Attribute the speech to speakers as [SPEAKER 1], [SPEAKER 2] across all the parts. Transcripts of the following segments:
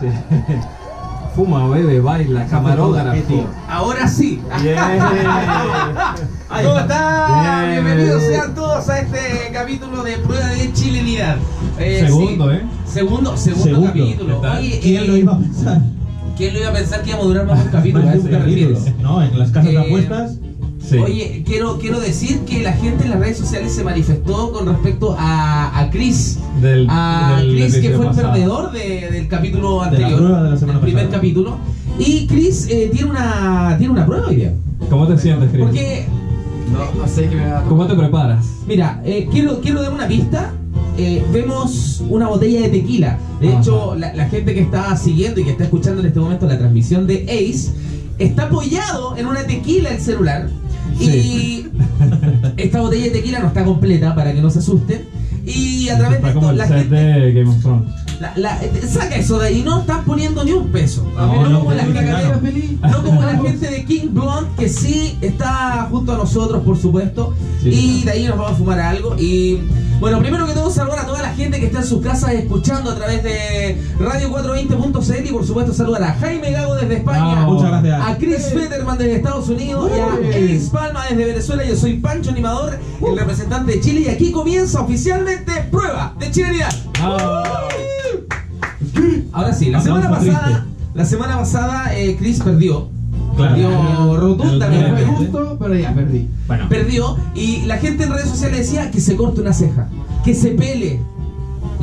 [SPEAKER 1] Sí. Fuma, bebe, baila, camarógrafo.
[SPEAKER 2] Ahora sí. Ah,
[SPEAKER 1] Yeah.
[SPEAKER 2] Ahí ¿Cómo están?
[SPEAKER 1] Bien.
[SPEAKER 2] Bienvenidos sean todos a este capítulo de prueba de chilenidad. Eh,
[SPEAKER 3] Segundo,
[SPEAKER 2] sí.
[SPEAKER 3] ¿eh?
[SPEAKER 2] Segundo, segundo,
[SPEAKER 3] Segundo.
[SPEAKER 2] capítulo.
[SPEAKER 3] ¿Verdad?
[SPEAKER 2] Oye, eh,
[SPEAKER 3] ¿Quién lo iba a pensar?
[SPEAKER 2] ¿Quién lo iba a pensar que íbamos a durar más de un capítulo?
[SPEAKER 3] Más
[SPEAKER 2] ¿A
[SPEAKER 3] de
[SPEAKER 2] eso
[SPEAKER 3] un
[SPEAKER 2] te
[SPEAKER 3] capítulo.
[SPEAKER 2] refieres?
[SPEAKER 3] No, en las casas de
[SPEAKER 2] Eh,
[SPEAKER 3] apuestas.
[SPEAKER 1] Sí.
[SPEAKER 2] Oye, quiero, quiero decir que la gente en las redes sociales se manifestó con respecto a, a Chris.
[SPEAKER 3] Del,
[SPEAKER 2] a
[SPEAKER 3] del
[SPEAKER 2] Chris, que
[SPEAKER 3] episodio
[SPEAKER 2] fue el
[SPEAKER 3] pasado.
[SPEAKER 2] perdedor de- del capítulo
[SPEAKER 3] la
[SPEAKER 2] anterior.
[SPEAKER 3] prueba de la semana
[SPEAKER 2] del primer
[SPEAKER 3] pasada.
[SPEAKER 2] capítulo. Y Chris eh, tiene, una, tiene una prueba hoy día.
[SPEAKER 1] ¿Cómo te sientes, Chris?
[SPEAKER 2] Porque,
[SPEAKER 4] No, no sé qué me va a
[SPEAKER 1] ¿Cómo te preparas?
[SPEAKER 2] mira, eh, quiero, quiero dar una pista. Eh, vemos una botella de tequila. De
[SPEAKER 1] Ajá.
[SPEAKER 2] hecho, la, la gente que está siguiendo y que está escuchando en este momento la transmisión de Ace está apoyado en una tequila el celular.
[SPEAKER 1] Sí.
[SPEAKER 2] Y esta botella de tequila no está completa para que no se asusten. Y a través de
[SPEAKER 3] Está
[SPEAKER 2] esto,
[SPEAKER 3] como el
[SPEAKER 2] la
[SPEAKER 3] set
[SPEAKER 2] gente.
[SPEAKER 3] de Game of Thrones.
[SPEAKER 2] La- la- saca eso de ahí, no están poniendo ni un peso.
[SPEAKER 3] No,
[SPEAKER 2] No,
[SPEAKER 3] no,
[SPEAKER 2] como
[SPEAKER 3] no,
[SPEAKER 2] la
[SPEAKER 3] no,
[SPEAKER 2] gente-
[SPEAKER 3] no.
[SPEAKER 2] no como la gente de King Blonde, que sí está junto a nosotros, por supuesto.
[SPEAKER 3] Sí,
[SPEAKER 2] y de ahí nos vamos a fumar algo. Y bueno, primero que todo, saludar a toda la gente que está en sus casas escuchando a través de radio420.cl. Y por supuesto, saludar a Jaime Gago desde España.
[SPEAKER 1] Ah,
[SPEAKER 3] Muchas gracias.
[SPEAKER 2] A Chris Fetterman desde Estados Unidos y a
[SPEAKER 4] Uy.
[SPEAKER 2] Elis Palma desde Venezuela. Yo soy Pancho Animador, el representante de Chile. Y aquí comienza oficialmente Prueba de Chilenidad.
[SPEAKER 1] Ah.
[SPEAKER 2] Ahora sí, la semana
[SPEAKER 3] Aplauso
[SPEAKER 2] pasada,
[SPEAKER 3] triste.
[SPEAKER 2] la semana pasada eh, Chris perdió.
[SPEAKER 3] Claro.
[SPEAKER 2] Perdió
[SPEAKER 4] Me fue
[SPEAKER 2] rotundamente.
[SPEAKER 3] Totalmente.
[SPEAKER 4] justo, pero ya perdí.
[SPEAKER 3] Bueno,
[SPEAKER 2] Perdió y la gente en redes sociales decía que se corte una ceja, que se pele.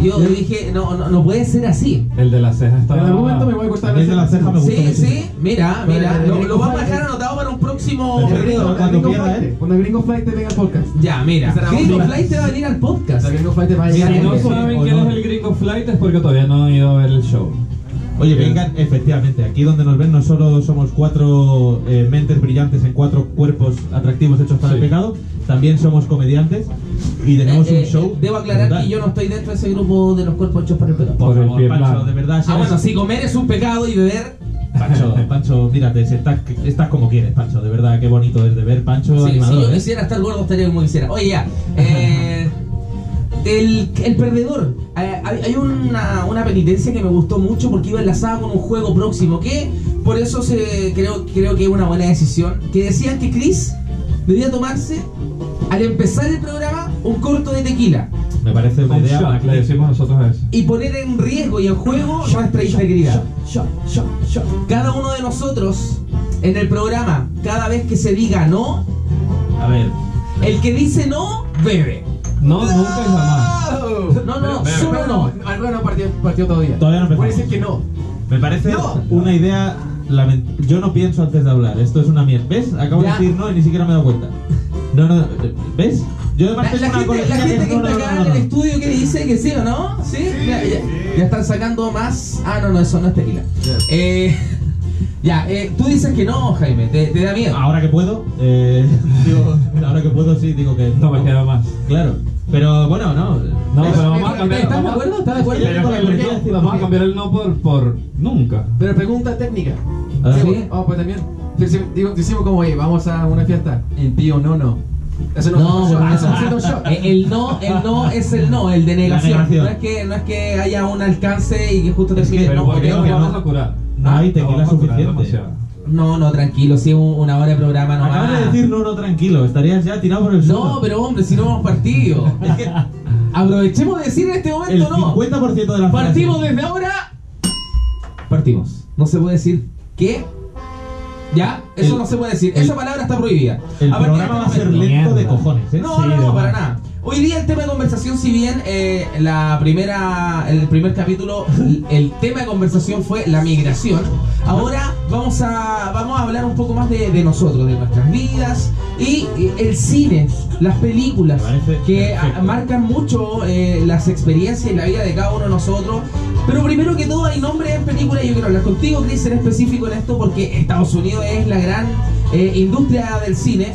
[SPEAKER 2] Y Yo dije, no, no, no puede ser así.
[SPEAKER 1] El de las cejas está.
[SPEAKER 4] En algún momento me voy a cortar
[SPEAKER 3] a mí de la ceja me gusta.
[SPEAKER 2] Sí,
[SPEAKER 3] mucho.
[SPEAKER 2] sí, mira,
[SPEAKER 4] Pero
[SPEAKER 2] mira,
[SPEAKER 4] el
[SPEAKER 2] lo,
[SPEAKER 4] gringo
[SPEAKER 2] lo vamos a
[SPEAKER 4] fly,
[SPEAKER 2] dejar
[SPEAKER 4] eh.
[SPEAKER 2] anotado para un próximo
[SPEAKER 3] Pero el
[SPEAKER 2] video.
[SPEAKER 3] gringo-
[SPEAKER 4] Cuando
[SPEAKER 3] Cuando
[SPEAKER 4] Gringo
[SPEAKER 3] pierda,
[SPEAKER 4] Flight,
[SPEAKER 3] eh.
[SPEAKER 4] cuando Gringo Flight te venga al podcast.
[SPEAKER 2] Ya, mira,
[SPEAKER 4] Será
[SPEAKER 2] Gringo
[SPEAKER 4] un-
[SPEAKER 2] Fly te va a venir al podcast.
[SPEAKER 4] Cuando Gringo Flight te vaya
[SPEAKER 1] Si no
[SPEAKER 3] Sí,
[SPEAKER 1] saben
[SPEAKER 3] o
[SPEAKER 1] quién
[SPEAKER 3] no.
[SPEAKER 1] es el Gringo Flight es porque todavía no han ido a ver el show.
[SPEAKER 3] Oye, vengan, efectivamente, aquí donde nos ven no solo somos cuatro eh, mentes brillantes en cuatro cuerpos atractivos hechos para
[SPEAKER 1] Sí.
[SPEAKER 3] el pecado, también somos comediantes y tenemos
[SPEAKER 2] Eh, eh,
[SPEAKER 3] un show.
[SPEAKER 2] Debo aclarar que yo no estoy dentro de ese grupo de los cuerpos hechos para el pecado.
[SPEAKER 3] Por,
[SPEAKER 1] Por el
[SPEAKER 3] favor,
[SPEAKER 1] pie
[SPEAKER 3] Pancho,
[SPEAKER 1] plano.
[SPEAKER 3] de verdad. si
[SPEAKER 2] Ah,
[SPEAKER 3] eres-
[SPEAKER 2] bueno, si comer es un pecado y beber
[SPEAKER 3] Pancho, Pancho, mírate, si estás, estás como quieres, Pancho, de verdad, qué bonito es de ver, Pancho
[SPEAKER 2] Sí, si
[SPEAKER 3] animador.
[SPEAKER 2] yo
[SPEAKER 3] ¿eh?
[SPEAKER 2] quisiera estar gordo, estaría como quisiera. Oye, ya. eh, el, el perdedor. Eh, hay hay una, una penitencia que me gustó mucho porque iba enlazada con un juego próximo. Que por eso se, creo, creo que es una buena decisión. Que decían que Chris debía tomarse, al empezar el programa, un corto de tequila.
[SPEAKER 3] Me parece una
[SPEAKER 1] Un
[SPEAKER 3] idea.
[SPEAKER 1] shot, le decimos nosotros eso.
[SPEAKER 2] Y poner en riesgo y en juego nuestra integridad. Cada uno de nosotros en el programa, cada vez que se diga no,
[SPEAKER 3] A ver,
[SPEAKER 2] el que dice no, bebe.
[SPEAKER 1] No, nunca y jamás.
[SPEAKER 2] No, no,
[SPEAKER 4] Pero-
[SPEAKER 2] solo
[SPEAKER 4] pero
[SPEAKER 2] no.
[SPEAKER 4] Algo no partió, partió todavía.
[SPEAKER 3] Todavía no empezamos.
[SPEAKER 4] Puede decir que no.
[SPEAKER 3] me parece
[SPEAKER 2] No.
[SPEAKER 3] una idea. lament- Yo no pienso antes de hablar, esto es una mierda. ¿Ves? Acabo
[SPEAKER 2] Ya.
[SPEAKER 3] de decir no y ni siquiera me he dado cuenta. No, no, ¿ves? Yo
[SPEAKER 2] La,
[SPEAKER 3] además
[SPEAKER 2] la gente,
[SPEAKER 3] tengo una
[SPEAKER 2] la
[SPEAKER 3] colección
[SPEAKER 2] gente
[SPEAKER 3] de-
[SPEAKER 2] que
[SPEAKER 3] no, no,
[SPEAKER 2] está
[SPEAKER 3] no,
[SPEAKER 2] acá
[SPEAKER 3] no,
[SPEAKER 2] en el
[SPEAKER 3] no.
[SPEAKER 2] estudio que dice que sí o no, ¿sí? ya, ya- ya están sacando más. Ah, no, no, eso no es tequila.
[SPEAKER 4] Ya.
[SPEAKER 2] Eh, ya, eh, tú dices que no, Jaime, te, te da miedo.
[SPEAKER 3] Ahora que puedo, eh, digo, ahora que puedo sí, digo que
[SPEAKER 1] No me queda más.
[SPEAKER 3] Claro, pero bueno, no.
[SPEAKER 1] No,
[SPEAKER 4] Pero-
[SPEAKER 1] pero vamos a
[SPEAKER 4] pero-
[SPEAKER 1] cambiar.
[SPEAKER 2] ¿Estás de
[SPEAKER 1] vamos a-
[SPEAKER 2] acuerdo? ¿Estás de acuerdo?
[SPEAKER 3] Pero-
[SPEAKER 1] Vamos a cambiar el no- Vamos a cambiar el no por, por nunca.
[SPEAKER 4] Pero pregunta técnica.
[SPEAKER 3] A ver.
[SPEAKER 4] Sí, oh, pues también. Decimos, digo- decimos como, oye, vamos a una fiesta. En tío, no, no. Eso no,
[SPEAKER 2] No,
[SPEAKER 4] eso-
[SPEAKER 2] bueno,
[SPEAKER 4] eso
[SPEAKER 3] ah,
[SPEAKER 2] no.
[SPEAKER 4] sí no shock.
[SPEAKER 2] Eh, el no, el no es el no, el de negación.
[SPEAKER 3] negación.
[SPEAKER 2] No, es que, no es que haya un alcance y que justo te
[SPEAKER 3] Es que-
[SPEAKER 2] pide
[SPEAKER 1] Pero
[SPEAKER 2] no,
[SPEAKER 1] ¿por
[SPEAKER 2] porque
[SPEAKER 1] qué
[SPEAKER 2] no,
[SPEAKER 1] no
[SPEAKER 3] creo que
[SPEAKER 1] vamos
[SPEAKER 3] no.
[SPEAKER 1] a curar?
[SPEAKER 3] No hay tequila
[SPEAKER 1] vamos a curar
[SPEAKER 3] suficiente.
[SPEAKER 1] demasiado.
[SPEAKER 2] no, no, tranquilo, si es un- una hora de programa nomás.
[SPEAKER 3] Acabas de decir no, no, tranquilo, estarías ya tirado por el suelo.
[SPEAKER 2] No, pero hombre, si no hemos partido. Es que aprovechemos de decir en este momento
[SPEAKER 3] El
[SPEAKER 2] no.
[SPEAKER 3] 50% de las
[SPEAKER 2] Partimos
[SPEAKER 3] frases-
[SPEAKER 2] desde ahora. Partimos. No se puede decir qué. Ya, eso
[SPEAKER 3] El-
[SPEAKER 2] no se puede decir. Esa
[SPEAKER 3] el-
[SPEAKER 2] palabra está prohibida.
[SPEAKER 3] El
[SPEAKER 2] A partir de
[SPEAKER 3] programa va a
[SPEAKER 2] este
[SPEAKER 3] ser
[SPEAKER 2] momento-
[SPEAKER 3] lento de
[SPEAKER 1] Mierda.
[SPEAKER 3] cojones, ¿eh?
[SPEAKER 2] No,
[SPEAKER 3] Sí,
[SPEAKER 2] no,
[SPEAKER 3] de
[SPEAKER 2] no, para
[SPEAKER 3] verdad.
[SPEAKER 2] nada. Hoy día el tema de conversación, si bien eh, la primera, el primer capítulo, el- el tema de conversación fue la migración, ahora vamos a, vamos a hablar un poco más de, de nosotros, de nuestras vidas y eh, el cine, las películas
[SPEAKER 3] Me parece
[SPEAKER 2] que a-
[SPEAKER 3] perfecto.
[SPEAKER 2] marcan mucho eh, las experiencias y la vida de cada uno de nosotros. Pero primero que todo hay nombres en películas, yo quiero hablar contigo, Chris, en específico en esto, porque Estados Unidos es la gran eh, industria del cine,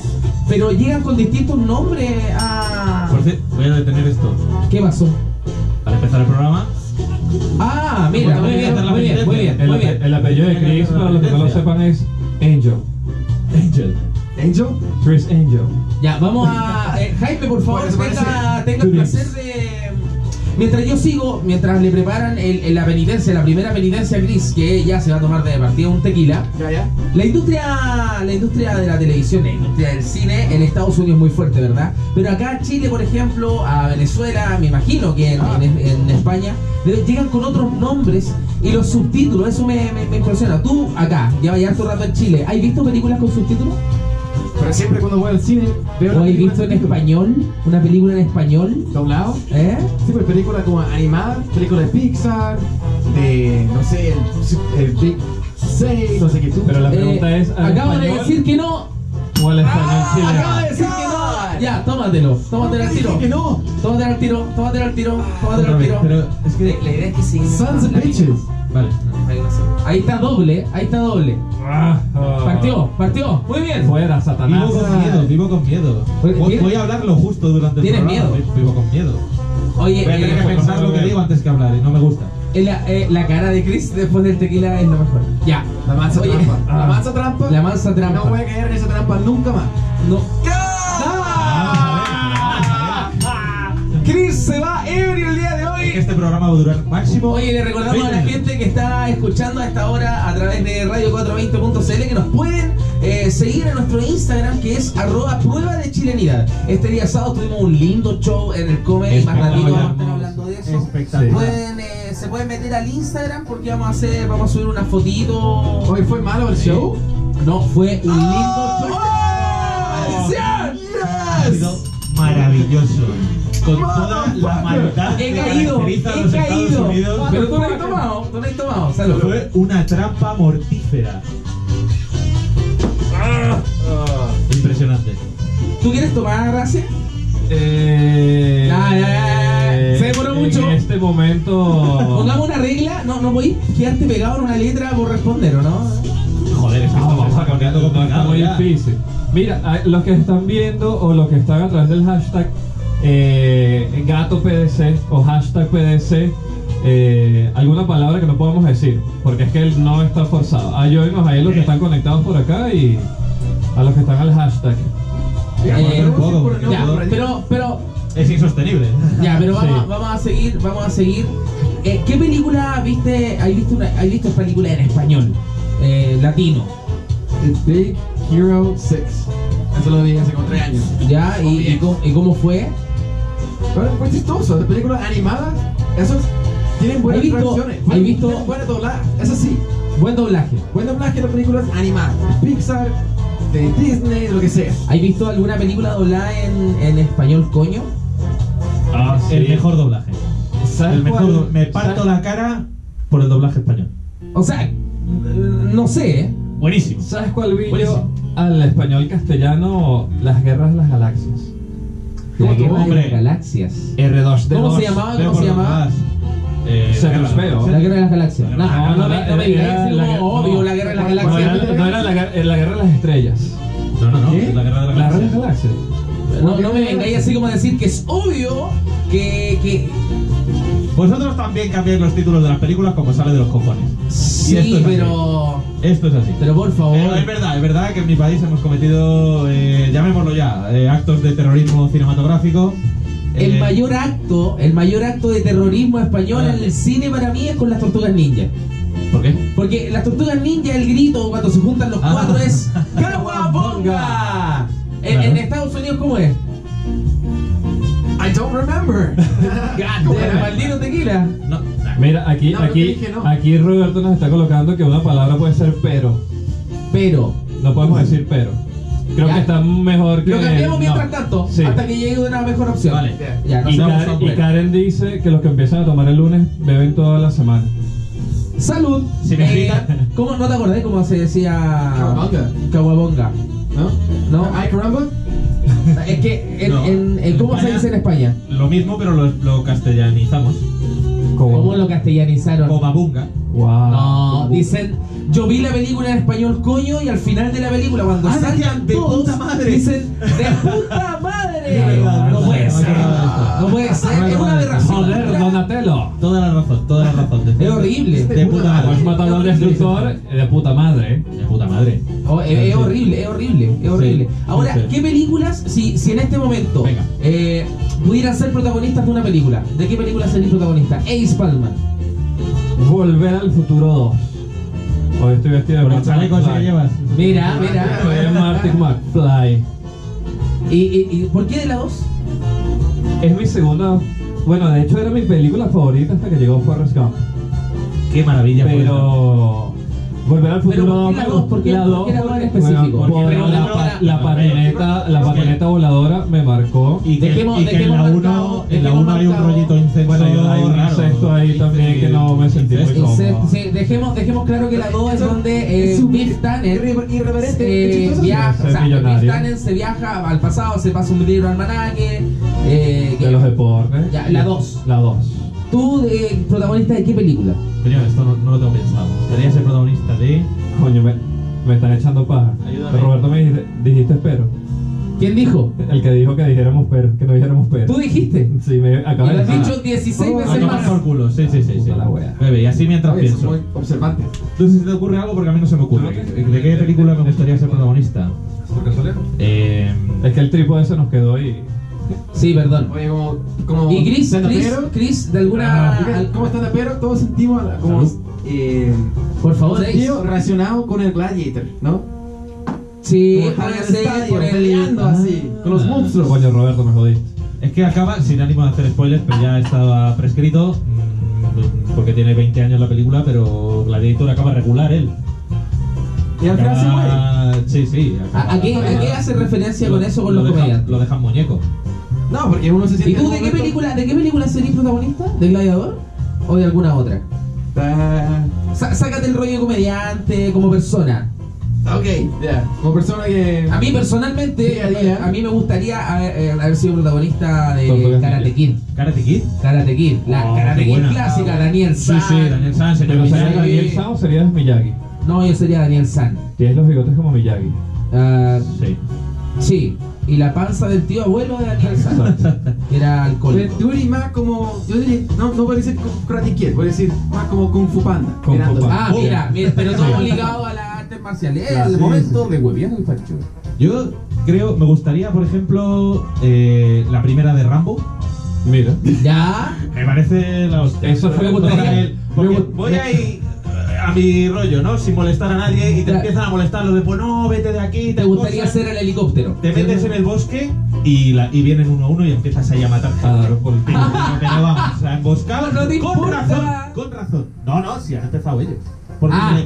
[SPEAKER 2] pero llegan con distintos nombres a...
[SPEAKER 3] Por cierto, voy a detener esto.
[SPEAKER 2] ¿Qué pasó?
[SPEAKER 3] Para empezar el programa,
[SPEAKER 2] Ah, mira, muy bien, muy bien, muy bien,
[SPEAKER 1] El,
[SPEAKER 2] muy
[SPEAKER 1] ape-
[SPEAKER 2] bien.
[SPEAKER 1] el apellido de Chris, para los que no lo sepan, es Angel.
[SPEAKER 3] Angel.
[SPEAKER 4] Angel.
[SPEAKER 1] Chris Angel.
[SPEAKER 2] Ya, vamos a... eh, Jaime, por favor,
[SPEAKER 4] Bueno, se
[SPEAKER 2] tenga,
[SPEAKER 4] parece-
[SPEAKER 2] tenga el
[SPEAKER 1] Chris.
[SPEAKER 2] placer de... Mientras yo sigo, mientras le preparan el- el- la penitencia, la primera penitencia gris, que ya se va a tomar de partida un tequila,
[SPEAKER 4] Ya, ya.
[SPEAKER 2] la industria, la industria de la televisión, la industria del cine en Estados Unidos es muy fuerte, ¿verdad? Pero acá a Chile, por ejemplo, a Venezuela, me imagino que en, en- en España, de- llegan con otros nombres y los subtítulos, eso me, me, me impresiona. Tú, acá, llevas ya harto rato en Chile, ¿has visto películas con subtítulos?
[SPEAKER 4] Pero siempre cuando voy al cine veo
[SPEAKER 2] ¿O
[SPEAKER 4] una
[SPEAKER 2] has
[SPEAKER 4] película
[SPEAKER 2] visto en español? ¿Una película en español?
[SPEAKER 4] doblado.
[SPEAKER 2] ¿Eh?
[SPEAKER 4] Sí, pues películas como animadas, películas de Pixar, de, no sé, el, el Big Six, no sé qué tú.
[SPEAKER 1] Pero la pregunta
[SPEAKER 2] Eh,
[SPEAKER 1] es: ¿al
[SPEAKER 2] acabo de
[SPEAKER 1] español
[SPEAKER 2] decir que no.
[SPEAKER 1] o al español chileno?
[SPEAKER 2] Acabo de decir que no. Ya, tómatelo. Tómatelo al tiro.
[SPEAKER 4] que no.
[SPEAKER 2] Tómatelo al tiro. Tómatelo al tiro. Tómatelo
[SPEAKER 3] Otra
[SPEAKER 2] al
[SPEAKER 3] vez,
[SPEAKER 2] tiro.
[SPEAKER 3] pero es que.
[SPEAKER 2] La idea es que sí.
[SPEAKER 4] Sons and Bitches.
[SPEAKER 3] Vale.
[SPEAKER 2] Ahí está doble. Ahí está doble.
[SPEAKER 1] Ah, ah.
[SPEAKER 2] Partió. Partió. Muy bien.
[SPEAKER 1] Fuera,
[SPEAKER 3] Vivo
[SPEAKER 1] Satanás.
[SPEAKER 3] con miedo, vivo con miedo.
[SPEAKER 2] Oye,
[SPEAKER 3] Voy,
[SPEAKER 2] ¿tienes-
[SPEAKER 3] voy a hablar lo justo durante el
[SPEAKER 2] ¿Tienes
[SPEAKER 3] programa.
[SPEAKER 2] miedo?
[SPEAKER 3] Vi- Vivo con miedo.
[SPEAKER 2] Oye,
[SPEAKER 3] Voy a tener
[SPEAKER 2] eh,
[SPEAKER 3] que pensar lo que digo antes que hablar y no me gusta.
[SPEAKER 2] eh, la, eh, la cara de Chris después del tequila es lo mejor. Ya.
[SPEAKER 4] La mansa
[SPEAKER 2] Oye,
[SPEAKER 4] trampa.
[SPEAKER 1] ah.
[SPEAKER 4] La mansa trampa.
[SPEAKER 2] La mansa trampa.
[SPEAKER 4] No voy a caer en esa trampa nunca más.
[SPEAKER 2] No.
[SPEAKER 3] Ah,
[SPEAKER 2] Chris se va ebrio el día de hoy.
[SPEAKER 3] Es que este programa va a durar máximo.
[SPEAKER 2] Oye, le recordamos a
[SPEAKER 3] 20
[SPEAKER 2] la
[SPEAKER 3] minutos.
[SPEAKER 2] gente que está escuchando a esta hora a través de radio420.cl que nos pueden eh, seguir en nuestro Instagram que es arroba prueba de chilenidad. Este día sábado tuvimos un lindo show en el Comedy, más ratito vamos a estar hablando de eso.
[SPEAKER 3] Espectacular.
[SPEAKER 2] Pueden, eh, se pueden meter al Instagram porque vamos a hacer, vamos a subir una fotito.
[SPEAKER 4] Hoy fue malo el show.
[SPEAKER 2] No, fue un lindo show.
[SPEAKER 3] Ha sido maravilloso. Con toda la maldad
[SPEAKER 2] He
[SPEAKER 3] que
[SPEAKER 2] caído,
[SPEAKER 3] caracteriza a
[SPEAKER 2] he
[SPEAKER 3] los Estados
[SPEAKER 2] caído.
[SPEAKER 3] Unidos.
[SPEAKER 2] Pero tú no has tomado, tú no has tomado. Salud.
[SPEAKER 3] Fue una trampa mortífera.
[SPEAKER 2] Ah.
[SPEAKER 3] Impresionante.
[SPEAKER 2] ¿Tú quieres tomar, Race?
[SPEAKER 1] Eh,
[SPEAKER 2] Ya, ya, ya, ya. Se demoró mucho.
[SPEAKER 1] En este momento.
[SPEAKER 2] Pongamos una regla, no, no podéis quedarte pegado en una letra por responder, ¿o no?
[SPEAKER 3] Joder, esto
[SPEAKER 1] No, vamos a
[SPEAKER 3] está
[SPEAKER 1] cambiar
[SPEAKER 3] cambiando
[SPEAKER 1] está
[SPEAKER 3] complicado.
[SPEAKER 1] muy
[SPEAKER 3] ya.
[SPEAKER 1] difícil. Mira, a- los que están viendo o los que están a través del hashtag eh, gato PDC o hashtag PDC, eh, alguna palabra que no podamos decir, porque es que él no está forzado. Ayúdenos ahí los que están conectados por acá y a los que están al hashtag.
[SPEAKER 3] Ya,
[SPEAKER 2] Eh,
[SPEAKER 3] aguantar un poco,
[SPEAKER 4] por-
[SPEAKER 3] porque
[SPEAKER 4] no,
[SPEAKER 2] ya,
[SPEAKER 3] todo-
[SPEAKER 2] pero, pero,
[SPEAKER 3] Es insostenible.
[SPEAKER 2] ya, pero vamos,
[SPEAKER 1] Sí.
[SPEAKER 2] vamos a seguir, vamos a seguir. Eh, ¿Qué película viste? ¿Has visto, una, has visto película en español? Eh, latino.
[SPEAKER 4] El Big Hero 6. Eso lo dije hace como 3 años.
[SPEAKER 2] ¿Ya? ¿Y, y cómo, y cómo fue?
[SPEAKER 4] Pero fue chistoso. Las películas animadas, esos tienen buenas
[SPEAKER 2] ¿Has visto-
[SPEAKER 4] traducciones.
[SPEAKER 2] has
[SPEAKER 4] Buen-
[SPEAKER 2] visto-
[SPEAKER 4] tienen Buena doblada. Eso sí.
[SPEAKER 2] Buen doblaje.
[SPEAKER 4] Buen doblaje de películas animadas. De Pixar, de Disney, de lo que sea.
[SPEAKER 2] ¿Has visto alguna película doblada en, en español, coño?
[SPEAKER 1] Ah,
[SPEAKER 3] El mejor doblaje.
[SPEAKER 4] ¿Sabes
[SPEAKER 3] El mejor
[SPEAKER 4] cuál?
[SPEAKER 3] do- Me parto
[SPEAKER 4] ¿Sabes?
[SPEAKER 3] la cara por el doblaje español.
[SPEAKER 2] O sea, eh, no sé, ¿eh?
[SPEAKER 3] Buenísimo.
[SPEAKER 1] ¿Sabes cuál vi yo
[SPEAKER 3] Buenísimo.
[SPEAKER 1] al español castellano? Las guerras de las galaxias.
[SPEAKER 2] La
[SPEAKER 3] Otro
[SPEAKER 2] Guerra de
[SPEAKER 3] hombre.
[SPEAKER 2] las Galaxias.
[SPEAKER 3] R2D2.
[SPEAKER 2] ¿Cómo se llamaba?
[SPEAKER 3] Veo
[SPEAKER 2] ¿Cómo se
[SPEAKER 3] por dónde
[SPEAKER 2] llamaba?
[SPEAKER 3] vas. Eh,
[SPEAKER 1] Se
[SPEAKER 3] Guerra
[SPEAKER 1] los
[SPEAKER 3] de
[SPEAKER 1] veo.
[SPEAKER 3] las
[SPEAKER 2] La Guerra de las Galaxias. No,
[SPEAKER 3] No,
[SPEAKER 2] no,
[SPEAKER 1] Ah, no,
[SPEAKER 2] me, no me
[SPEAKER 1] era-
[SPEAKER 2] digáis
[SPEAKER 1] era
[SPEAKER 2] así
[SPEAKER 1] la-
[SPEAKER 2] como obvio,
[SPEAKER 1] no.
[SPEAKER 2] la Guerra de las
[SPEAKER 1] No
[SPEAKER 2] Galaxias.
[SPEAKER 1] era, no era la, gar- la guerra de las estrellas.
[SPEAKER 3] No, no, no.
[SPEAKER 4] ¿Qué?
[SPEAKER 3] La guerra
[SPEAKER 1] La
[SPEAKER 3] de las
[SPEAKER 1] guerra de las
[SPEAKER 3] galaxias.
[SPEAKER 1] galaxias.
[SPEAKER 2] No, no me vengáis así como a decir que es obvio que. que
[SPEAKER 3] Vosotros también cambiáis los títulos de las películas como sale de los cojones.
[SPEAKER 2] sí,
[SPEAKER 3] esto es así.
[SPEAKER 2] pero.
[SPEAKER 3] Esto es así.
[SPEAKER 2] Pero por favor.
[SPEAKER 3] Pero es verdad, es verdad que en mi país hemos cometido, eh, llamémoslo ya, eh, actos de terrorismo cinematográfico.
[SPEAKER 2] el
[SPEAKER 3] Eh,
[SPEAKER 2] mayor acto, el mayor acto de terrorismo español en el cine para mí es con las tortugas ninja.
[SPEAKER 3] ¿Por qué?
[SPEAKER 2] Porque las tortugas ninja, el grito cuando se juntan los
[SPEAKER 3] Ah.
[SPEAKER 2] cuatro es ¡Caguabonga! En, en
[SPEAKER 3] Claro.
[SPEAKER 2] Estados Unidos, ¿cómo es?
[SPEAKER 4] I don't remember.
[SPEAKER 2] God damn, maldito tequila.
[SPEAKER 3] No, nah.
[SPEAKER 1] Mira, aquí,
[SPEAKER 4] No, no te
[SPEAKER 1] aquí,
[SPEAKER 4] dije no.
[SPEAKER 1] aquí Roberto nos está colocando que una palabra puede ser pero.
[SPEAKER 2] Pero.
[SPEAKER 1] No podemos decir pero. Creo
[SPEAKER 2] Ya.
[SPEAKER 1] que está mejor que.
[SPEAKER 2] Lo cambiamos
[SPEAKER 1] Eh, no.
[SPEAKER 2] mientras tanto,
[SPEAKER 1] Sí.
[SPEAKER 2] hasta que llegue una mejor opción.
[SPEAKER 3] Vale.
[SPEAKER 2] Ya, nos
[SPEAKER 1] Y,
[SPEAKER 2] vamos
[SPEAKER 1] Karen-
[SPEAKER 2] a un
[SPEAKER 1] y
[SPEAKER 2] break.
[SPEAKER 1] Karen dice que los que empiezan a tomar el lunes beben toda la semana.
[SPEAKER 2] Salud.
[SPEAKER 3] Si me invitan.
[SPEAKER 2] ¿Cómo no te acordás cómo se decía?
[SPEAKER 4] Caguabonga.
[SPEAKER 2] Caguabonga.
[SPEAKER 4] ¿No?
[SPEAKER 2] No.
[SPEAKER 4] ¿Ay, caramba?
[SPEAKER 2] Es que en,
[SPEAKER 3] No.
[SPEAKER 2] en- en- ¿cómo se
[SPEAKER 3] España-
[SPEAKER 2] dice en España?
[SPEAKER 3] Lo mismo, pero lo, lo castellanizamos.
[SPEAKER 2] ¿Cómo lo castellanizaron?
[SPEAKER 3] Cobabunga.
[SPEAKER 1] Wow.
[SPEAKER 2] No, dicen, yo vi la película en español coño y al final de la película cuando
[SPEAKER 3] Ah,
[SPEAKER 2] salgan
[SPEAKER 3] decían, "De
[SPEAKER 2] todos
[SPEAKER 3] puta madre".
[SPEAKER 2] dicen de puta
[SPEAKER 3] Ya,
[SPEAKER 2] madre.
[SPEAKER 3] ya,
[SPEAKER 2] No
[SPEAKER 3] ya,
[SPEAKER 2] puede
[SPEAKER 3] ya,
[SPEAKER 2] ser.
[SPEAKER 3] ya, ya.
[SPEAKER 2] No puede ser, es una aberración.
[SPEAKER 1] Joder, Donatello.
[SPEAKER 3] Toda la razón, toda la razón.
[SPEAKER 2] Es horrible.
[SPEAKER 3] De puta madre.
[SPEAKER 1] matado al destructor, eh, de puta madre.
[SPEAKER 3] De puta madre.
[SPEAKER 2] Oh, es, es horrible, es horrible, es horrible. Ahora,
[SPEAKER 3] sí.
[SPEAKER 2] ¿qué películas, si, si en este momento
[SPEAKER 3] Venga.
[SPEAKER 2] eh, pudieran ser protagonistas de una película, ¿de qué película serías protagonista? Ace Palma.
[SPEAKER 1] Volver al futuro 2. Hoy estoy vestido de
[SPEAKER 3] Por el
[SPEAKER 1] Marty
[SPEAKER 3] chaleco ese que
[SPEAKER 1] McFly. Ah,
[SPEAKER 3] llevas.
[SPEAKER 4] Ah,
[SPEAKER 2] Mira,
[SPEAKER 1] Soy
[SPEAKER 2] mira.
[SPEAKER 1] de Marty McFly.
[SPEAKER 2] ¿Y, y, y por qué de la dos?
[SPEAKER 1] Es mi segunda. Bueno, de hecho era mi película favorita hasta que llegó Forrest Gump.
[SPEAKER 3] Qué maravilla. por eso.
[SPEAKER 1] Pero. Volver al
[SPEAKER 2] Pero,
[SPEAKER 1] futuro
[SPEAKER 2] ¿por qué la dos? ¿Por
[SPEAKER 1] la dos,
[SPEAKER 2] qué- por qué la dos en
[SPEAKER 1] porque-
[SPEAKER 2] específico?
[SPEAKER 1] bueno,
[SPEAKER 3] Porque
[SPEAKER 1] por- la,
[SPEAKER 3] Leonardo-
[SPEAKER 1] pa- la
[SPEAKER 3] no,
[SPEAKER 1] patineta, la
[SPEAKER 3] no,
[SPEAKER 1] patineta voladora me marcó.
[SPEAKER 3] Y que,
[SPEAKER 2] dejemos-
[SPEAKER 3] y que en
[SPEAKER 2] dejemos
[SPEAKER 3] la
[SPEAKER 2] marcado-
[SPEAKER 3] 1 en la
[SPEAKER 2] dejemos
[SPEAKER 3] 1 hay un
[SPEAKER 2] marcado-
[SPEAKER 3] rollito incenso.
[SPEAKER 1] Bueno, yo- hay un
[SPEAKER 3] raro.
[SPEAKER 1] incesto ahí también que no me sentí muy
[SPEAKER 3] Incesto.
[SPEAKER 1] cómodo.
[SPEAKER 2] Se- se- dejemos, dejemos claro que la dos es donde eh, Biff Tanner
[SPEAKER 4] Irre-
[SPEAKER 2] se
[SPEAKER 4] irreverente. chistoso.
[SPEAKER 2] viaja,
[SPEAKER 1] Ser
[SPEAKER 2] o sea,
[SPEAKER 1] millonario.
[SPEAKER 2] Biff Tanner se viaja al pasado, se pasa un libro al manaje. Eh,
[SPEAKER 1] De los deportes.
[SPEAKER 2] Ya, la dos.
[SPEAKER 1] La 2.
[SPEAKER 2] ¿Tú, eh, protagonista de qué película?
[SPEAKER 3] Señor, esto no, no lo tengo pensado. Sería ser protagonista de.
[SPEAKER 1] Coño, me, me están echando paja.
[SPEAKER 3] Ayúdame.
[SPEAKER 1] Roberto me dijiste, dijiste pero.
[SPEAKER 2] ¿Quién dijo?
[SPEAKER 1] El que dijo que dijéramos pero, que no dijéramos pero.
[SPEAKER 2] Tú dijiste.
[SPEAKER 1] Sí, me
[SPEAKER 2] Y lo
[SPEAKER 1] acabas de
[SPEAKER 2] has
[SPEAKER 1] decir.
[SPEAKER 2] dicho
[SPEAKER 4] Oh,
[SPEAKER 2] 16
[SPEAKER 3] A
[SPEAKER 2] veces
[SPEAKER 3] tomar Ah, por
[SPEAKER 2] más.
[SPEAKER 3] culo, sí, sí, sí. sí.
[SPEAKER 1] Puta la wea.
[SPEAKER 3] Bebe, y así mientras
[SPEAKER 4] Oye,
[SPEAKER 3] pienso.
[SPEAKER 4] soy muy observante.
[SPEAKER 3] ¿Tú si te ocurre algo? Porque a mí no se me ocurre. ¿De qué película me gustaría ser protagonista?
[SPEAKER 4] Por casualidad.
[SPEAKER 3] Eh,
[SPEAKER 1] Es que el trípode se nos quedó y.
[SPEAKER 2] Sí, perdón.
[SPEAKER 4] Oye, como. como
[SPEAKER 2] Y Chris, Chris,
[SPEAKER 4] stand-upero,
[SPEAKER 2] Chris, de alguna.
[SPEAKER 4] al-
[SPEAKER 2] al-
[SPEAKER 4] como está pero todos sentimos la- como
[SPEAKER 3] Salud.
[SPEAKER 4] eh,
[SPEAKER 2] por favor,
[SPEAKER 4] un sentido
[SPEAKER 2] Ace.
[SPEAKER 4] relacionado con el gladiator, ¿no?
[SPEAKER 2] Sí,
[SPEAKER 4] Como estar en
[SPEAKER 2] puede
[SPEAKER 4] el
[SPEAKER 2] ser
[SPEAKER 4] estadio,
[SPEAKER 2] por el.
[SPEAKER 4] peleando así con los
[SPEAKER 3] Ah.
[SPEAKER 4] monstruos.
[SPEAKER 1] Coño, Roberto, me jodiste.
[SPEAKER 3] es que acaba, sin ánimo de hacer spoilers, pero ya estaba prescrito. mm, Porque tiene 20 años la película, pero Gladiator acaba regular él.
[SPEAKER 4] y al final se muere.
[SPEAKER 3] Acaba- Sí, sí. acaba-
[SPEAKER 2] ¿A, a qué, a qué hace referencia
[SPEAKER 3] Lo-
[SPEAKER 2] con eso con
[SPEAKER 3] lo
[SPEAKER 2] los
[SPEAKER 3] dejan-
[SPEAKER 2] comediantes?
[SPEAKER 3] Lo dejan muñeco.
[SPEAKER 4] No, porque uno se siente.
[SPEAKER 2] ¿Y
[SPEAKER 4] en
[SPEAKER 2] tú
[SPEAKER 4] un
[SPEAKER 2] de qué
[SPEAKER 4] momento-
[SPEAKER 2] película, de qué película serías protagonista? ¿De Gladiador? ¿O de alguna otra?
[SPEAKER 4] Ah,
[SPEAKER 2] Sa- sácate el rollo de comediante como persona.
[SPEAKER 4] ok, ya. Como persona que.
[SPEAKER 2] A mí personalmente,
[SPEAKER 4] Día a día.
[SPEAKER 2] a mí me gustaría haber, eh, haber sido protagonista de
[SPEAKER 1] Tortugas
[SPEAKER 2] Karate
[SPEAKER 1] Ninja.
[SPEAKER 2] Kid.
[SPEAKER 3] Karate Kid.
[SPEAKER 2] Karate Kid, la
[SPEAKER 3] Oh,
[SPEAKER 2] Karate
[SPEAKER 3] qué
[SPEAKER 2] Kid
[SPEAKER 3] buena.
[SPEAKER 2] clásica, Daniel
[SPEAKER 3] Sí,
[SPEAKER 2] San.
[SPEAKER 3] sí, Daniel Sanz, señor
[SPEAKER 1] ¿Pero serías
[SPEAKER 3] Miyagi.
[SPEAKER 1] Daniel San o serías Miyagi?
[SPEAKER 2] No, yo sería Daniel San.
[SPEAKER 1] Tienes los bigotes como Miyagi.
[SPEAKER 2] Ah,
[SPEAKER 3] Sí.
[SPEAKER 2] sí, y la panza del tío abuelo de Daniel San,
[SPEAKER 1] Exacto.
[SPEAKER 2] que era
[SPEAKER 4] Pues,
[SPEAKER 2] alcohólico.
[SPEAKER 4] tú eres más como. Yo diría. No, no voy a decir como Karate Kid, voy a decir más como Kung Fu Panda.
[SPEAKER 1] Kung Fu
[SPEAKER 4] mirando.
[SPEAKER 1] Panda.
[SPEAKER 2] Ah, mira, mira, pero todo ligado a las artes marciales.
[SPEAKER 4] Ah,
[SPEAKER 2] el
[SPEAKER 4] sí,
[SPEAKER 2] momento
[SPEAKER 4] sí.
[SPEAKER 2] de hueviano y facho.
[SPEAKER 3] Yo creo, me gustaría, por ejemplo, eh, la primera de Rambo.
[SPEAKER 1] Mira.
[SPEAKER 2] Ya,
[SPEAKER 3] Me parece la hostia.
[SPEAKER 1] Eso fue
[SPEAKER 3] Porque
[SPEAKER 1] brutal.
[SPEAKER 3] el- porque
[SPEAKER 1] Me gu-
[SPEAKER 3] voy ahí eh, a mi rollo, ¿no? Sin molestar a nadie y te
[SPEAKER 2] Claro.
[SPEAKER 3] empiezan a molestar lo de, pues no, vete de aquí,
[SPEAKER 2] te
[SPEAKER 3] tal
[SPEAKER 2] gustaría
[SPEAKER 3] cosa".
[SPEAKER 2] ser el helicóptero.
[SPEAKER 3] Te metes en el bosque y, la- y vienen uno a uno y empiezas ahí a matar. gente.
[SPEAKER 1] A dar por el
[SPEAKER 3] Pero vamos, la emboscada.
[SPEAKER 2] No te
[SPEAKER 3] con
[SPEAKER 2] importa.
[SPEAKER 3] razón, con razón. No, no, si han empezado ellos. Porque
[SPEAKER 2] Ah.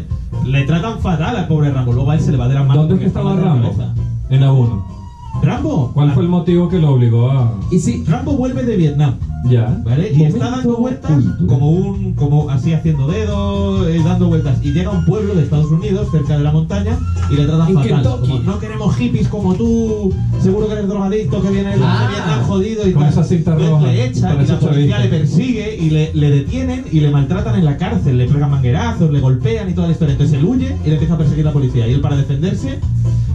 [SPEAKER 3] le, le tratan fatal al pobre Rambo. Luego a él se le va de las manos.
[SPEAKER 1] ¿Dónde es
[SPEAKER 3] porque
[SPEAKER 1] que estaba
[SPEAKER 3] está mal de la
[SPEAKER 1] Rambo?
[SPEAKER 3] cabeza.
[SPEAKER 1] En la 1.
[SPEAKER 3] ¿Rambo? Ah,
[SPEAKER 1] ¿Cuál fue el motivo que lo obligó a.?
[SPEAKER 2] Y si,
[SPEAKER 3] Rambo vuelve de Vietnam.
[SPEAKER 1] Ya.
[SPEAKER 3] ¿Vale? Y está dando vueltas
[SPEAKER 1] cultural.
[SPEAKER 3] como un. como así haciendo dedo, eh, dando vueltas. Y llega a un pueblo de Estados Unidos, cerca de la montaña, y le tratan
[SPEAKER 2] En
[SPEAKER 3] fatal.
[SPEAKER 2] Kentucky.
[SPEAKER 3] Como, no queremos hippies como tú, seguro que eres drogadicto, que viene de
[SPEAKER 2] Ah.
[SPEAKER 3] Vietnam jodido y
[SPEAKER 1] Con
[SPEAKER 3] tal.
[SPEAKER 1] esa cinta
[SPEAKER 3] Entonces
[SPEAKER 1] roja,
[SPEAKER 3] le echan
[SPEAKER 1] con
[SPEAKER 3] y
[SPEAKER 1] esa
[SPEAKER 3] la policía
[SPEAKER 1] chavista.
[SPEAKER 3] le persigue y le, le detienen y le maltratan en la cárcel, le pegan manguerazos, le golpean y toda la historia. Entonces él huye y le empieza a perseguir la policía. Y él para defenderse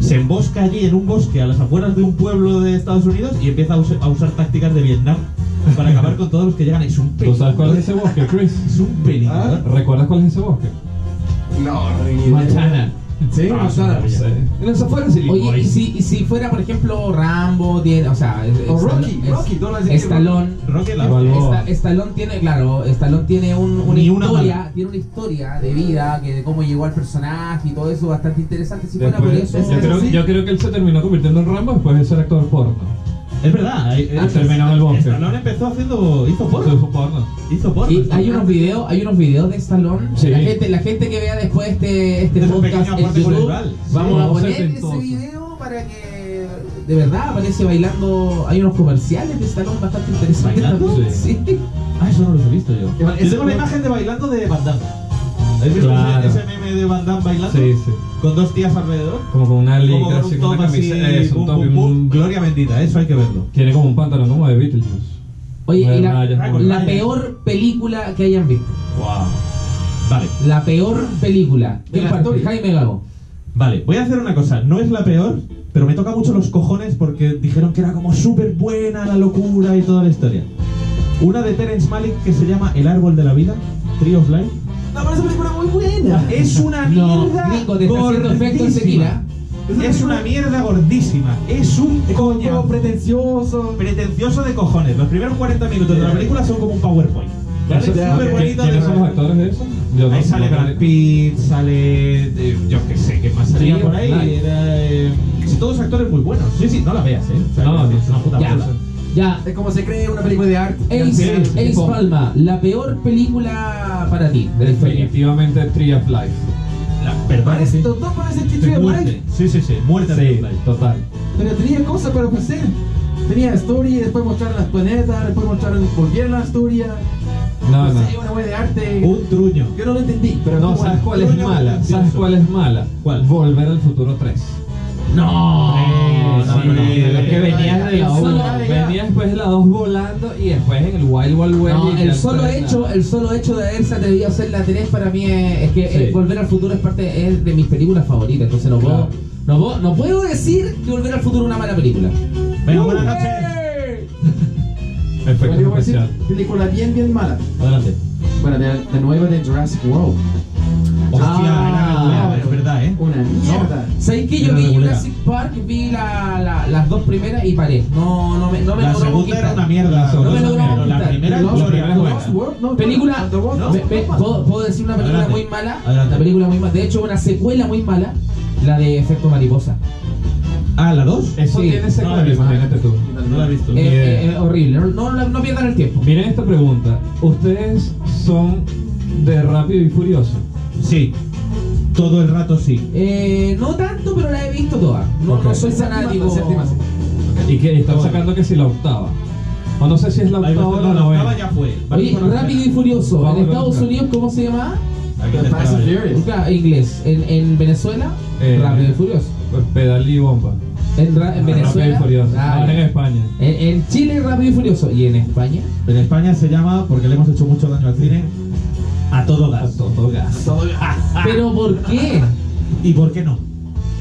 [SPEAKER 3] se embosca allí en un bosque a las afueras de un pueblo de Estados Unidos y empieza a, us- a usar tácticas de Vietnam para acabar con todos los que llegan. Es un
[SPEAKER 1] ¿Tú
[SPEAKER 3] peligro.
[SPEAKER 1] sabes cuál es ese bosque, Chris?
[SPEAKER 3] Es un peligro.
[SPEAKER 4] Ah.
[SPEAKER 1] ¿Recuerdas cuál es ese bosque?
[SPEAKER 4] No, no tengo ni idea. Sí,
[SPEAKER 3] Ah,
[SPEAKER 4] Montana.
[SPEAKER 3] sí.
[SPEAKER 1] En esa fuera sí.
[SPEAKER 2] oye, y si, y si fuera, por ejemplo, Rambo, tiene, o sea,
[SPEAKER 4] O
[SPEAKER 2] Stallone-
[SPEAKER 4] Rocky, Rocky, todas las de-
[SPEAKER 2] Stallone,
[SPEAKER 3] Rocky la-
[SPEAKER 1] Igual. Balboa.
[SPEAKER 2] Esta- Stallone tiene, claro, Stallone tiene un- una
[SPEAKER 3] Ni una
[SPEAKER 2] historia,
[SPEAKER 3] mala.
[SPEAKER 2] tiene una historia de vida, que de cómo llegó al personaje y todo eso bastante interesante. Si fuera por
[SPEAKER 1] Después,
[SPEAKER 2] eso,
[SPEAKER 1] yo, creo,
[SPEAKER 4] sí.
[SPEAKER 1] yo creo que él se terminó convirtiendo en Rambo después de ser actor porno.
[SPEAKER 3] Es verdad. hay-
[SPEAKER 1] Ah,
[SPEAKER 3] es-
[SPEAKER 1] terminaba el bosque.
[SPEAKER 3] Stallone empezó haciendo. hizo
[SPEAKER 1] Eso
[SPEAKER 3] porno.
[SPEAKER 1] fue porno.
[SPEAKER 3] Hizo porno.
[SPEAKER 2] y hay unos videos, hay unos videos de Stallone.
[SPEAKER 1] Sí.
[SPEAKER 2] La gente, la gente que vea después este, este
[SPEAKER 3] Es un
[SPEAKER 2] podcast
[SPEAKER 3] pequeño
[SPEAKER 2] en
[SPEAKER 3] aporte
[SPEAKER 2] YouTube,
[SPEAKER 3] cultural.
[SPEAKER 2] vamos
[SPEAKER 1] Sí,
[SPEAKER 2] a
[SPEAKER 1] vamos a
[SPEAKER 2] poner
[SPEAKER 1] hacer
[SPEAKER 2] ese
[SPEAKER 1] entonces.
[SPEAKER 2] video para que de verdad aparece bailando. Hay unos comerciales de Stallone bastante interesantes.
[SPEAKER 3] ¿Bailando?
[SPEAKER 2] también,
[SPEAKER 1] Sí.
[SPEAKER 2] sí.
[SPEAKER 3] Ah, eso no los he visto yo.
[SPEAKER 4] Igual,
[SPEAKER 3] Yo
[SPEAKER 4] ese-
[SPEAKER 3] tengo la imagen de bailando de Van Damme. ¿Has visto
[SPEAKER 1] Claro.
[SPEAKER 3] ese, ese meme de Van Damme bailando?
[SPEAKER 1] Sí, sí.
[SPEAKER 3] Con dos tías alrededor.
[SPEAKER 1] Como con una
[SPEAKER 3] Como
[SPEAKER 1] liga,
[SPEAKER 3] con
[SPEAKER 1] así con
[SPEAKER 3] un top
[SPEAKER 1] una
[SPEAKER 3] así.
[SPEAKER 1] camisa. Eso, un
[SPEAKER 3] pum,
[SPEAKER 1] top y
[SPEAKER 3] pum, pum.
[SPEAKER 1] un.
[SPEAKER 3] Gloria bendita, eso hay que verlo.
[SPEAKER 1] Tiene como un pantalón como de Beetlejuice.
[SPEAKER 2] Oye,
[SPEAKER 1] Bueno,
[SPEAKER 2] y la,
[SPEAKER 1] nada, ya
[SPEAKER 2] la
[SPEAKER 1] estamos.
[SPEAKER 3] Vaya.
[SPEAKER 2] peor película que hayan visto.
[SPEAKER 3] Wow. Vale,
[SPEAKER 2] La peor película.
[SPEAKER 4] De
[SPEAKER 2] ¿Quién
[SPEAKER 4] la
[SPEAKER 2] parte?
[SPEAKER 4] historia.
[SPEAKER 2] Jaime Gago.
[SPEAKER 3] vale. Voy a hacer una cosa. No es la peor, pero me toca mucho los cojones porque dijeron que era como súper buena la locura y toda la historia. Una de Terence Malick que se llama El árbol de la vida, Tree of Life.
[SPEAKER 2] No, pero esa película es muy buena.
[SPEAKER 3] Es una
[SPEAKER 2] No,
[SPEAKER 3] mierda
[SPEAKER 2] gringo, te está haciendo efecto
[SPEAKER 3] gordísima.
[SPEAKER 2] enseguida.
[SPEAKER 3] Es una mierda gordísima. Es un coño
[SPEAKER 4] Como pretencioso.
[SPEAKER 3] pretencioso de cojones. Los primeros 40 minutos de la película son como un PowerPoint. ¿vale?
[SPEAKER 1] Eso-
[SPEAKER 3] Es
[SPEAKER 4] Ya,
[SPEAKER 3] súper
[SPEAKER 4] ok.
[SPEAKER 3] bonito de
[SPEAKER 1] ¿Quiénes son los
[SPEAKER 3] ver.
[SPEAKER 1] actores de eso? Yo no-
[SPEAKER 3] Ahí sale
[SPEAKER 1] no-
[SPEAKER 3] Brad Pitt, sale. eh, yo qué sé, qué más salía
[SPEAKER 1] Sí,
[SPEAKER 3] por ahí.
[SPEAKER 1] Brad.
[SPEAKER 3] Era, eh, sí, todos actores muy buenos. Sí, sí, no la veas, ¿eh? O sea,
[SPEAKER 1] No,
[SPEAKER 3] que es una
[SPEAKER 1] no.
[SPEAKER 3] puta
[SPEAKER 2] Ya,
[SPEAKER 3] cosa.
[SPEAKER 2] ya.
[SPEAKER 4] Es como se cree una película de arte. y al
[SPEAKER 2] Ace,
[SPEAKER 4] final-
[SPEAKER 2] Ace Palma, la peor película para ti de la historia.
[SPEAKER 1] Definitivamente Tree of Life.
[SPEAKER 3] La- perdón,
[SPEAKER 4] Parece
[SPEAKER 3] sí.
[SPEAKER 4] estos dos parecen
[SPEAKER 3] Sí,
[SPEAKER 4] Tree of
[SPEAKER 3] muerte.
[SPEAKER 4] Life.
[SPEAKER 3] Sí, sí, sí. Muerte de Black.
[SPEAKER 1] total.
[SPEAKER 4] Pero tenía cosas para ofrecer. Tenía story, después mostraron las planetas, después mostraron, volvieron a la historia.
[SPEAKER 1] No, no.
[SPEAKER 4] sé, una wea de arte.
[SPEAKER 3] Un truño.
[SPEAKER 4] Yo no lo entendí, pero
[SPEAKER 1] Pero no,
[SPEAKER 4] es como
[SPEAKER 1] ¿sabes
[SPEAKER 4] una-
[SPEAKER 1] cuál es
[SPEAKER 3] Coño,
[SPEAKER 1] mala?
[SPEAKER 3] gracioso.
[SPEAKER 1] ¿Sabes cuál es mala?
[SPEAKER 3] ¿Cuál?
[SPEAKER 1] Volver al futuro 3.
[SPEAKER 3] No,
[SPEAKER 2] Ah,
[SPEAKER 1] Eh,
[SPEAKER 3] no,
[SPEAKER 1] sí,
[SPEAKER 3] no, no.
[SPEAKER 1] es que venías de la
[SPEAKER 2] El
[SPEAKER 1] 2.
[SPEAKER 2] solo-
[SPEAKER 1] Venía después de la 2 volando y después en el Wild Wild West.
[SPEAKER 2] No,
[SPEAKER 1] y
[SPEAKER 2] el
[SPEAKER 1] ya
[SPEAKER 2] solo
[SPEAKER 1] entonces,
[SPEAKER 2] hecho, el solo hecho de haberse atrevido a hacer la 3 para mí es, es que
[SPEAKER 1] Sí.
[SPEAKER 2] eh, Volver al Futuro es parte es de mis películas favoritas, entonces no puedo,
[SPEAKER 1] Claro.
[SPEAKER 2] no puedo, no puedo decir que Volver al Futuro es una mala película.
[SPEAKER 3] Venga, buenas noches.
[SPEAKER 1] nada. Efecto
[SPEAKER 4] Yo voy a decir,
[SPEAKER 1] especial.
[SPEAKER 4] película bien, bien mala.
[SPEAKER 3] Adelante.
[SPEAKER 4] Bueno, de, de nuevo de Jurassic World.
[SPEAKER 3] Hostia,
[SPEAKER 2] Ah,
[SPEAKER 3] era regular, es verdad, ¿eh?
[SPEAKER 4] Una mierda.
[SPEAKER 2] ¿Sabéis que yo
[SPEAKER 3] Era
[SPEAKER 2] vi
[SPEAKER 3] regular.
[SPEAKER 2] Jurassic Park, vi la- la- las dos primeras y paré? No, no me, no me
[SPEAKER 3] La
[SPEAKER 2] logró
[SPEAKER 3] segunda
[SPEAKER 2] conquistar.
[SPEAKER 3] era una mierda.
[SPEAKER 1] La segunda
[SPEAKER 3] no me
[SPEAKER 2] era
[SPEAKER 3] logró
[SPEAKER 2] una
[SPEAKER 3] pero la
[SPEAKER 2] mierda.
[SPEAKER 3] primera
[SPEAKER 4] Los-
[SPEAKER 3] gloria
[SPEAKER 1] los-
[SPEAKER 3] buena.
[SPEAKER 4] Lost World, no,
[SPEAKER 2] Película.
[SPEAKER 4] The World,
[SPEAKER 3] No,
[SPEAKER 4] no,
[SPEAKER 2] Ve- ve-
[SPEAKER 4] no,
[SPEAKER 2] ¿puedo, puedo decir una película
[SPEAKER 3] Adelante.
[SPEAKER 2] muy mala?
[SPEAKER 3] Adelante.
[SPEAKER 2] Una película muy mala. De hecho, una secuela muy mala, la de Efecto Mariposa.
[SPEAKER 3] Ah, la 2?
[SPEAKER 1] Eso
[SPEAKER 2] Sí.
[SPEAKER 1] tiene
[SPEAKER 3] No la he
[SPEAKER 1] secuela,
[SPEAKER 3] visto.
[SPEAKER 1] imagínate tú.
[SPEAKER 3] No la he visto.
[SPEAKER 2] Eh,
[SPEAKER 1] Yeah.
[SPEAKER 2] eh, horrible, no, no, no pierdan el tiempo.
[SPEAKER 1] Miren esta pregunta. ¿Ustedes son de Rápido y Furioso?
[SPEAKER 3] Sí. Todo el rato sí.
[SPEAKER 2] Eh, no tanto, pero la he visto toda. No,
[SPEAKER 1] Ok.
[SPEAKER 2] no soy
[SPEAKER 4] Séptima,
[SPEAKER 2] fanático.
[SPEAKER 4] séptima, sí.
[SPEAKER 1] Y que están
[SPEAKER 3] Bueno.
[SPEAKER 1] sacando que si la octava. O no sé si es la
[SPEAKER 3] Ahí va,
[SPEAKER 1] octava o
[SPEAKER 3] no,
[SPEAKER 1] la
[SPEAKER 3] la octava
[SPEAKER 1] novena.
[SPEAKER 3] ya fue.
[SPEAKER 2] Oye, rápido y furioso.
[SPEAKER 1] Vamos
[SPEAKER 2] En
[SPEAKER 1] con
[SPEAKER 2] Estados
[SPEAKER 1] otra.
[SPEAKER 2] Unidos, ¿cómo se llama?
[SPEAKER 3] Aquí
[SPEAKER 4] The
[SPEAKER 3] te
[SPEAKER 4] Fast and
[SPEAKER 3] estaba yo.
[SPEAKER 4] Furious.
[SPEAKER 2] Claro, inglés. En, en Venezuela,
[SPEAKER 1] Eh,
[SPEAKER 2] rápido y furioso.
[SPEAKER 1] Pues Pedal y bomba.
[SPEAKER 2] En, ra- en
[SPEAKER 1] Rápido
[SPEAKER 2] Venezuela,
[SPEAKER 1] y Furioso.
[SPEAKER 2] ah,
[SPEAKER 1] Ahora en
[SPEAKER 2] en,
[SPEAKER 1] España.
[SPEAKER 2] en Chile, rápido y furioso. Y en España,
[SPEAKER 3] En España se llama, porque le hemos hecho mucho daño al cine, A todo gas.
[SPEAKER 1] gas.
[SPEAKER 2] pero ¿por qué?
[SPEAKER 3] ¿Y por qué no?